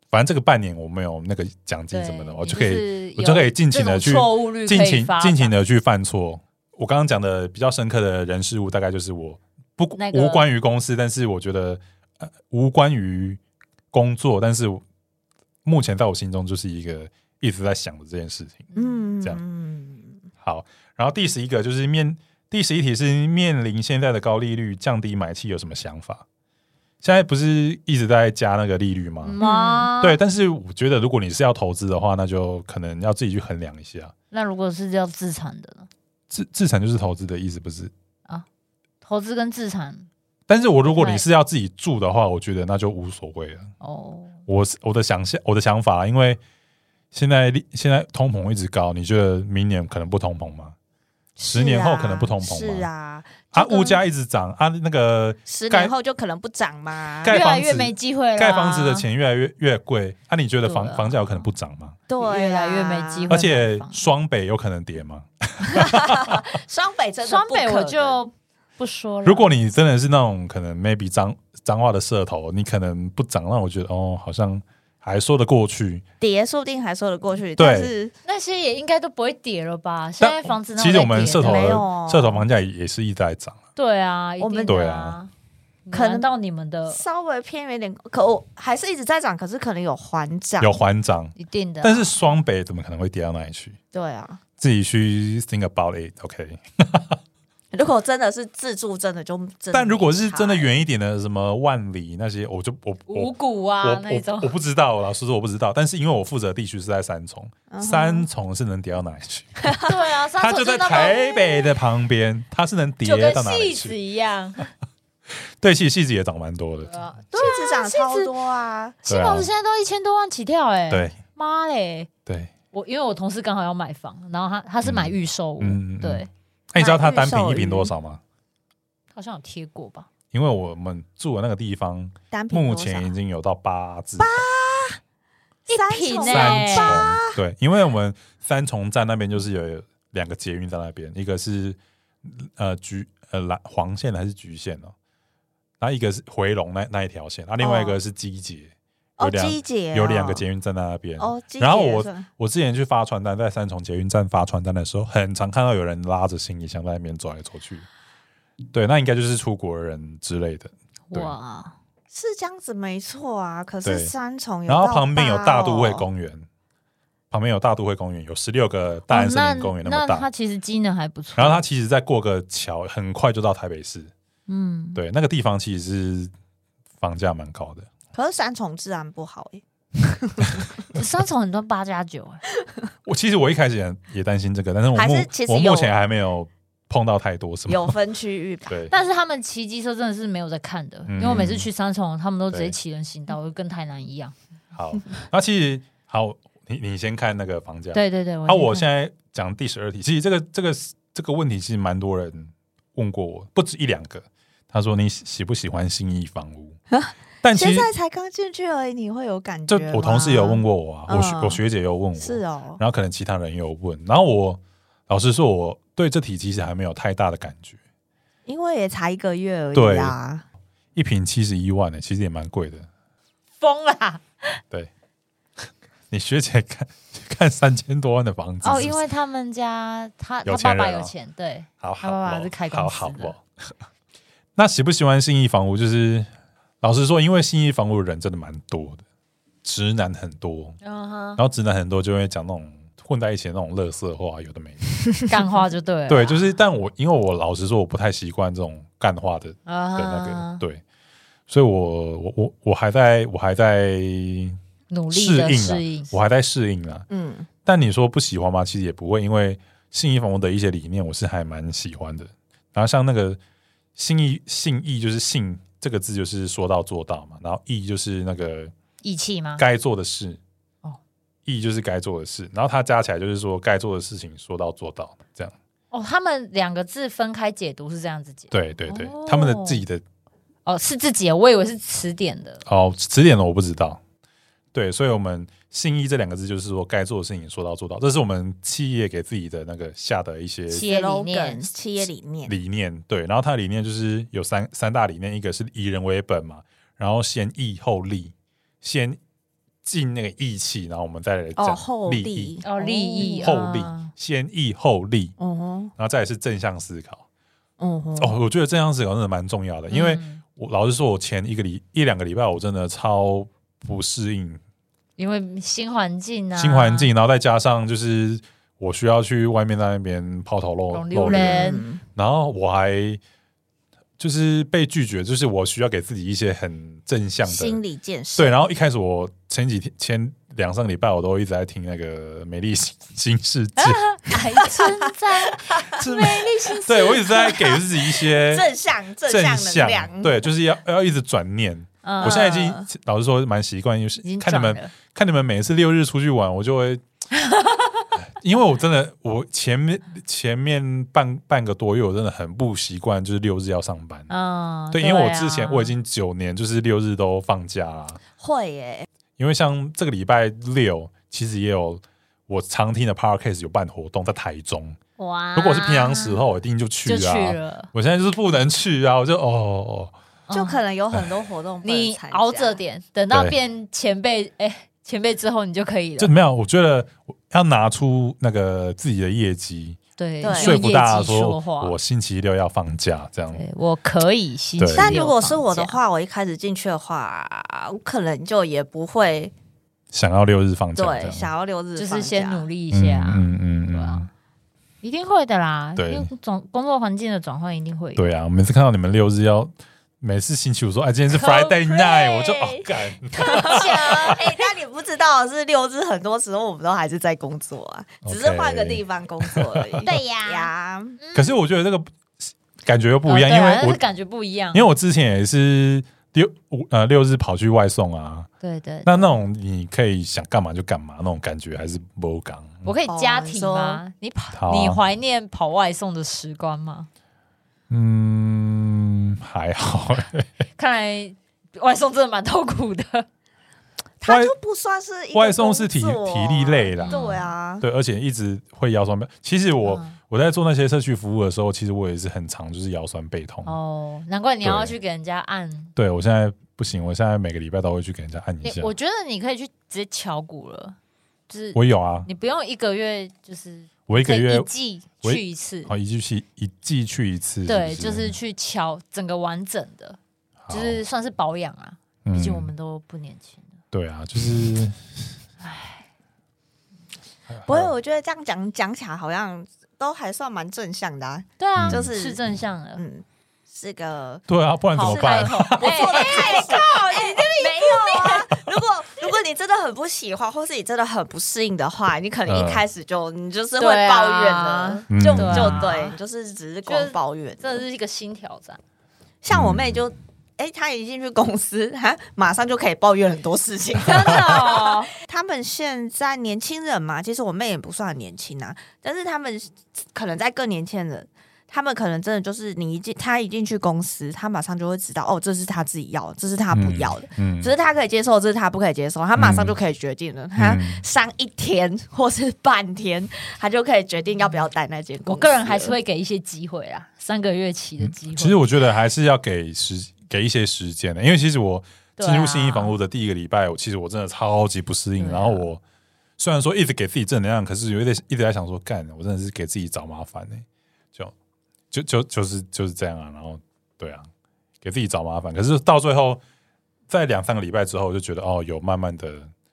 S1: 反正这个半年我没有那个奖金
S3: 错
S1: 什么的，
S3: 对
S1: 我
S3: 你
S1: 就可以
S3: 是
S1: 我就可以尽
S3: 有
S1: 情的去
S3: 这种错误率可以
S1: 尽情
S3: 发
S1: 尽情
S3: 展
S1: 的去犯错。我刚刚讲的比较深刻的人事物，大概就是我不
S3: 那个
S1: 无关于公司，但是我觉得呃无关于工作，但是我目前在我心中就是一个一直在想的这件事情。
S2: 嗯，
S1: 这样
S2: 样，
S1: 好，然后第十一个就是面第十一题是面临现在的高利率，降低买气有什么想法？现在不是一直在加那个利率吗？
S3: 嗯吗？
S1: 对，。但是我觉得如果你是要投资的话，那就可能要自己去衡量一下。
S3: 那如果是要自产的呢？
S1: 自自产就是投资的意思，不是？
S3: 投资跟自产
S1: 但是我如果你是要自己住的话，我觉得那就无所谓了。
S3: 哦，
S1: 我是我的想象，我的想法，啊因为现在利现在通膨一直高，你觉得明年可能不通膨吗？十年后可能不通膨吗
S2: 是啊，
S1: 啊，
S2: 这个
S1: 物价一直涨啊，那个
S2: 十
S1: 盖
S2: 年后就可能不涨嘛，
S1: 盖
S3: 越
S1: 房
S3: 来
S1: 子
S3: 越没机
S2: 啊
S3: 会了。
S1: 盖房子的，钱越来越越贵，啊，你觉得房、
S3: 对啊
S1: 房价有可能不涨吗？
S2: 对啊，
S3: 越来越没机会
S1: 而且
S3: 买房
S1: 双北有可能跌吗？
S2: 啊双北真的
S3: 双
S2: 不
S3: 北
S2: 可
S3: 我
S2: 能
S3: 就不说了。
S1: 如果你真的是那种可能 maybe 脏脏话的社头，你可能不涨，让我觉得哦，好像还说得过去。
S2: 跌，说不定还说得过去，
S1: 对
S2: 但是
S3: 那些也应该都不会跌了吧？现
S1: 但
S3: 在房子哪有
S1: 其实
S3: 在
S1: 我们
S3: 跌
S1: 社头啊
S3: 的
S2: 没
S1: 的
S2: 有哦
S1: 社头房价也是一直在涨，
S3: 对啊，一
S2: 我们
S3: 定的
S1: 对
S3: 啊
S1: 啊，
S2: 可能
S3: 难到你们的
S2: 稍微偏远一点，可我还是一直在涨，可是可能有缓涨，
S1: 有还涨，
S3: 一定的啊，
S1: 但是双北怎么可能会跌到那里去？
S2: 对啊。
S1: 自己去 think about it。OK，
S2: 如果真的是自助，真的就真的
S1: 但如果是
S2: 没差
S1: 真的，远一点的，什么万里那些，我就我
S3: 五
S1: 我
S3: 股
S1: 我
S3: 啊那
S1: 我
S3: 种
S1: 我，不知道，老实说我不知道。但是因为我负责的地区是在三重，
S2: 嗯哼
S1: 三重是能跌到哪里去？
S3: 对啊，
S1: 它
S3: 它
S1: 就在台北的旁边，它是能
S3: 就
S1: 跌
S3: 跟
S1: 到哪里
S3: 戏子
S1: 去？
S3: 一样。
S1: 对，其实戏子也涨蛮多
S3: 对
S1: 的，
S3: 啊
S2: 对啊，市涨超多啊，
S3: 新房子现在都一千多万起跳哎，，
S1: 对
S3: 妈嘞！
S1: 对。
S3: 我因为我同事刚好要买房，然后他他是买预售屋，
S1: 嗯嗯嗯
S3: 对，
S1: 那你知道它
S2: 买预
S1: 单
S2: 售
S1: 品一
S2: 鱼
S1: 瓶多少吗？
S3: 好像有贴过吧？
S1: 因为我们住的那个地方，
S2: 单品
S1: 目
S2: 多少
S1: 前已经有到八字
S2: 三
S3: 一瓶
S2: 重
S3: 呢
S1: 三
S3: 对
S1: 重，
S2: 欸
S1: 对，因为我们三重站那边就是有两个捷运在那边，一个是呃橘呃蓝黄线还是橘线哦，然后一个是回龙那那一条线，然后啊另外一个是机捷，有
S2: 哦，
S1: 两
S2: 机姐
S1: 有两个捷
S2: 节
S1: 运站在那边。
S2: 哦，机捷
S1: 然后我
S2: 算
S1: 我之前去发传单，在三重捷运站发传单的时候，很常看到有人拉着行李箱在那边走来走去。对，那应该就是出国人之类的。对
S3: 哇，
S2: 是这样子没错啊，可
S1: 对
S2: 是三重有
S1: 然后
S2: 到
S1: 旁边有大都会
S2: 八哦
S1: 公园，旁边有大都会公园，有十六个大安森
S2: 哦
S1: 林公园
S3: 哦那
S1: 么大。
S3: 那它其实机能还不错。
S1: 然后它其实再过个桥，很快就到台北市。
S3: 嗯，
S1: 对，那个地方其实是房价蛮高的。
S2: 可是三重治安不好哎，
S3: 三重很多八加九哎，
S1: 我其实我一开始也也担心这个，但是我
S2: 还是
S1: 目
S2: 其实
S1: 我
S2: 有
S1: 目前还没有碰到太多什
S2: 有
S1: 么。
S2: 分区域吧？
S1: 对，
S3: 但是他们骑机车真的是没有在看的，
S1: 嗯
S3: 因为我每次去三重，他们都直接
S1: 对
S3: 骑人行道，就跟台南一样。
S1: 好，那其实好，你你先看那个房价。
S3: 对对对，
S2: 哦
S3: 我
S1: 啊，我现
S3: 在
S1: 在讲第十二题，其实这个这个这个问题其实蛮多人问过我，不止一两个。他说你喜喜不喜欢新意房屋？ 但其
S2: 啊现
S1: 实
S2: 在才刚进去而已，你会有感觉
S1: 这
S2: 吗？
S1: 我同事也有问过我啊，我学
S2: 嗯
S1: 我学姐也有问我，
S2: 是哦，
S1: 然后可能其他人也有问，然后我老实说，我对这题其实还没有太大的感觉。
S2: 因为也才一个月而
S1: 对
S2: 已
S1: 欸
S2: 啊。
S3: 啊
S1: 一瓶七十一万呢、其实也蛮贵的。
S3: 疯啦，
S1: 对，你学姐看 看三千多万的房子
S3: 哦，
S1: 是不
S3: 因
S1: 是
S3: 为他们家他
S1: 有
S3: 他
S1: 钱
S3: 爸
S1: 人
S3: 爸
S1: 哦
S3: 有钱，对，
S1: 好
S3: 他
S1: 好
S3: 爸爸
S1: 哦
S3: 是开
S1: 好
S3: 公司
S1: 好
S3: 的
S1: 哦。那喜不喜欢信义房屋？就是老实说，因为信义房屋的人真的蛮多的，直男很多，
S3: 嗯
S1: 然后直男很多就会讲那种混在一起的那种乐色话，有的没的。
S3: 哼，干话就对了啦， 啊
S1: 对，就是，但我因为我老实说，我不太习惯这种干话的的
S3: 啊
S1: 那个，对，所以我我我我还在我还在
S3: 努力
S1: 适
S3: 的适
S1: 应
S3: 应
S1: 啊，，我还在适应啊。
S2: 嗯，
S1: 但你说不喜欢吗？其实也不会，因为信义房屋的一些理念，我是还蛮喜欢的。然后像那个信义信义，就是信这个字，就是说到做到嘛。然后义就是那个
S3: 义气吗？
S1: 该做的事，
S3: 哦
S1: 义就是该做的事。然后它加起来就是说该做的事情说到做到，这样。
S3: 哦，他们两个字分开解读是这样子解，
S1: 对对对，
S3: 哦
S1: 他们的自己的
S3: 哦，是自己，我以为是词典的，
S1: 哦词典的我不知道。对，所以我们信义这两个字就是说该做的事情说到做到，这是我们企业给自己的那个下的一些
S3: 企业理念
S2: slogan，企业理念，
S1: 理念，对，然后它的理念就是有三三大理念，一个是以人为本嘛，然后先义后利，先尽那个义气，然后我们再来
S2: 哦，
S1: 讲
S2: 后
S1: 利
S2: 利
S1: 益，
S3: 哦利益
S1: 后利
S3: 啊，
S1: 先义后利，
S2: 哦吼，
S1: 然后再来是正向思考。
S2: 哦吼，
S1: 哦，我觉得正向思考真的蛮重要的，因为
S3: 嗯
S1: 我老实说，我前一个礼一两个礼拜我真的超不适应
S3: 因为新环境啊，
S1: 新环，境，然后再加上就是我需要去外面在那边抛头露
S3: 弄
S1: 露
S3: 榴
S1: 脸
S3: 莲。
S2: 嗯
S1: 然后我还就是被拒绝，就是我需要给自己一些很正向
S2: 心
S1: 的
S2: 理建设，
S1: 对。然后一开始我前几天前两三个礼拜我都一直在听那个《美丽新新世 界》
S3: 还存在
S1: 是美丽新对我一直在给自己一些
S2: 正向正
S1: 正
S2: 能量，
S1: 向，，对，就是要要一直转念。
S3: 嗯
S1: 我现在已经老实说蛮习惯，就是
S3: 已经
S1: 看你
S3: 长
S1: 们
S3: 了
S1: 看你们每一次六日出去玩，我就 会。因为我真的，我前面前面半半个多月，我真的很不习惯，就是六日要上班。
S3: 嗯，
S1: 对，因为我
S3: 啊
S1: 之前我已经九年就是六日都放假啦，
S2: 会耶，
S1: 因为像这个礼拜六其实也有我常听的 podcast 有办活动在台中，
S3: 哇，
S1: 如果是平常时候，我一定就去
S3: 啊就
S1: 啊。
S3: 去了，
S1: 我现在就是不能去啊，我就哦，哦
S2: 就可能有很多活动不能
S3: 你
S2: 参加
S3: 熬着，点，等到
S1: 对
S3: 变前辈，哎，前辈之后你就可以
S1: 就
S3: 了，
S1: 没有。我觉得我要拿出那个自己的业绩，
S3: 对
S2: 对
S1: 说
S3: 用
S1: 服
S3: 业
S1: 大家
S3: 绩说话，
S1: 我星期六要放假这样。
S3: 对我可以星
S1: 对
S3: 期六
S2: 但如果是我的
S3: 放假，
S2: 话，我一开始进去的话，我可能就也不会
S1: 想要六日放假，这
S2: 对
S1: 样
S2: 想要六日
S3: 就
S2: 放
S3: 是先
S2: 假
S3: 努力一
S1: 嗯
S3: 下，
S1: 嗯嗯
S3: 对
S1: 嗯
S3: 啊，一定会的啦，
S1: 对
S3: 因为总工作环境的转换一定会有。
S1: 对啊，我每次看到你们六日要，每次星期五说哎今天是 Friday night，我就哦干，
S2: 哎、但你不知道的是，六日很多时候我们都还是在工作啊，只是
S1: OK
S2: 换个地方工作而已。
S3: 对呀
S2: 呀，
S1: 可是我觉得这个感觉又不一样，
S3: 呃对
S1: 因
S3: 啊
S1: 为
S3: 但
S1: 我
S3: 是感觉不一样，
S1: 因为我之前也是六五呃六日跑去外送啊，
S3: 对对，
S1: 那那种你可以想干嘛就干嘛那种感觉还是不刚。
S3: 我可以家庭
S2: 哦
S3: 吗？你
S1: 好
S3: 跑，
S1: 啊
S3: 你怀念跑外送的时光吗？
S1: 嗯，还 好，
S3: 看来外送真的蛮痛苦的，
S2: 他
S1: 外
S2: 就不算是一个
S1: 外送是体
S2: 工作啊
S1: 体力累啦
S2: 对啊，
S1: 对，而且一直会腰酸背。其实我、
S3: 嗯
S1: 我在做那些社区服务的时候，其实我也是很常就是腰酸背痛。
S3: 哦，难怪你要
S1: 对
S3: 去给人家按。
S1: 对我现在不行，我现在每个礼拜都会去给人家按一
S3: 你
S1: 下。
S3: 我觉得你可以去直接敲鼓了，就是
S1: 我有啊，
S3: 你不用一个月，就是
S1: 我一个
S3: 可
S1: 月
S3: 以一季
S1: 我一
S3: 去一次，
S1: 哦一季去一季去一次，
S3: 对，
S1: 是不
S3: 就是去敲整个完整的，
S1: 好
S3: 就是算是保养啊。
S1: 嗯
S3: 毕竟我们都不年轻了，
S1: 对啊，就是啊
S2: 不过我觉得这样讲讲起来好像都还算蛮正向的、啊，
S3: 对啊，
S1: 嗯
S2: 就是
S3: 是正向的。
S2: 嗯，是个
S1: 对啊，不然怎么
S3: 是
S1: 办？
S3: 开口
S2: 不错的
S3: 哎
S2: 开始。
S3: 哎没有
S2: 啊如果如果你真的很不喜欢，或是你真的很不适应的话，你可能一开始就、你就是会抱
S3: 对
S2: 怨
S3: 啊
S2: 了，
S1: 嗯
S2: 就
S1: 对啊
S2: 就对，你就是只是
S3: 就
S2: 光
S3: 是
S2: 抱怨了，
S3: 这是一个新挑战。
S2: 像我妹就，哎、她一进去公司，她马上就可以抱怨很多事情。
S3: 真的哦，
S2: 他们现在年轻人嘛，其实我妹也不算很年轻啊，但是他们可能在更年轻人，他们可能真的就是你一进，她一进去公司，她马上就会知道，哦，这是她自己要的，这是她不要的。
S1: 嗯
S2: 只是她可以接受，这是她不可以接受，她马上就可以决定了。她
S1: 嗯
S2: 上一天或是半天，她就可以决定要不要待那间公
S3: 我
S2: 司了。
S3: 个人还是会给一些机会啦，三个月期的机会。
S1: 嗯其实我觉得还是要给时给一些时间的，因为其实我
S3: 对啊
S1: 进入新一房屋的第一个礼拜，我其实我真的超级不适应，
S3: 对啊
S1: 然后我虽然说一直给自己正能量，可是有一点一直在想说，干，我真的是给自己找麻烦呢、就就就就是就是这样啊，然后对啊，给自己找麻烦。可是到最后，在两三个礼拜之后，我就觉得哦，有慢慢的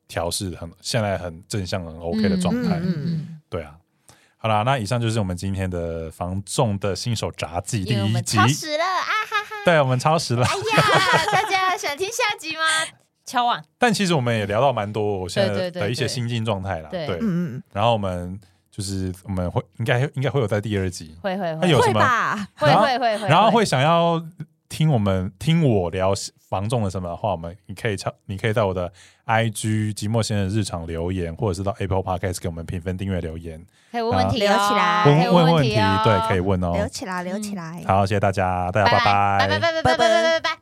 S1: 调试很，现在很正向、很 OK 的状态。
S2: 嗯
S3: 嗯，
S1: 对啊，好啦，那以上就是我们今天的防重的新手杂技第
S3: 因为我
S1: 一
S3: 们
S1: 集
S3: 超，时了啊哈哈！
S1: 对我们超时了。
S3: 哎呀，大家想听下集吗？ 敲碗，
S1: 但其实我们也聊到蛮多我现在
S3: 对对对
S1: 的一些
S3: 对
S1: 心境状态啦。
S3: 对
S1: 对，
S2: 嗯，
S1: 然后我们就是我们会应该应该会有在第二集，
S3: 会会
S1: 那
S3: 会
S1: 有什
S2: 嗯会
S1: 么
S2: 吧？
S3: 会
S1: 然后
S3: 会会会，
S1: 哎然后会想要听我们听我聊防重的什么的话，我们你可以敲，你可以在我的 IG 寂寞先生日常留言，或者是到 Apple Podcast 给我们评分、订阅、留言，
S3: 可以问问题哦，
S2: 聊起来
S3: 可以
S2: 问
S1: 问问问
S3: 问
S1: 题，
S3: 哦
S1: 对，可以。问哦。
S2: 留起来，留起来。
S1: 好，谢谢大家，大家
S3: 拜拜
S1: 拜
S3: 拜拜拜拜拜拜拜拜拜拜。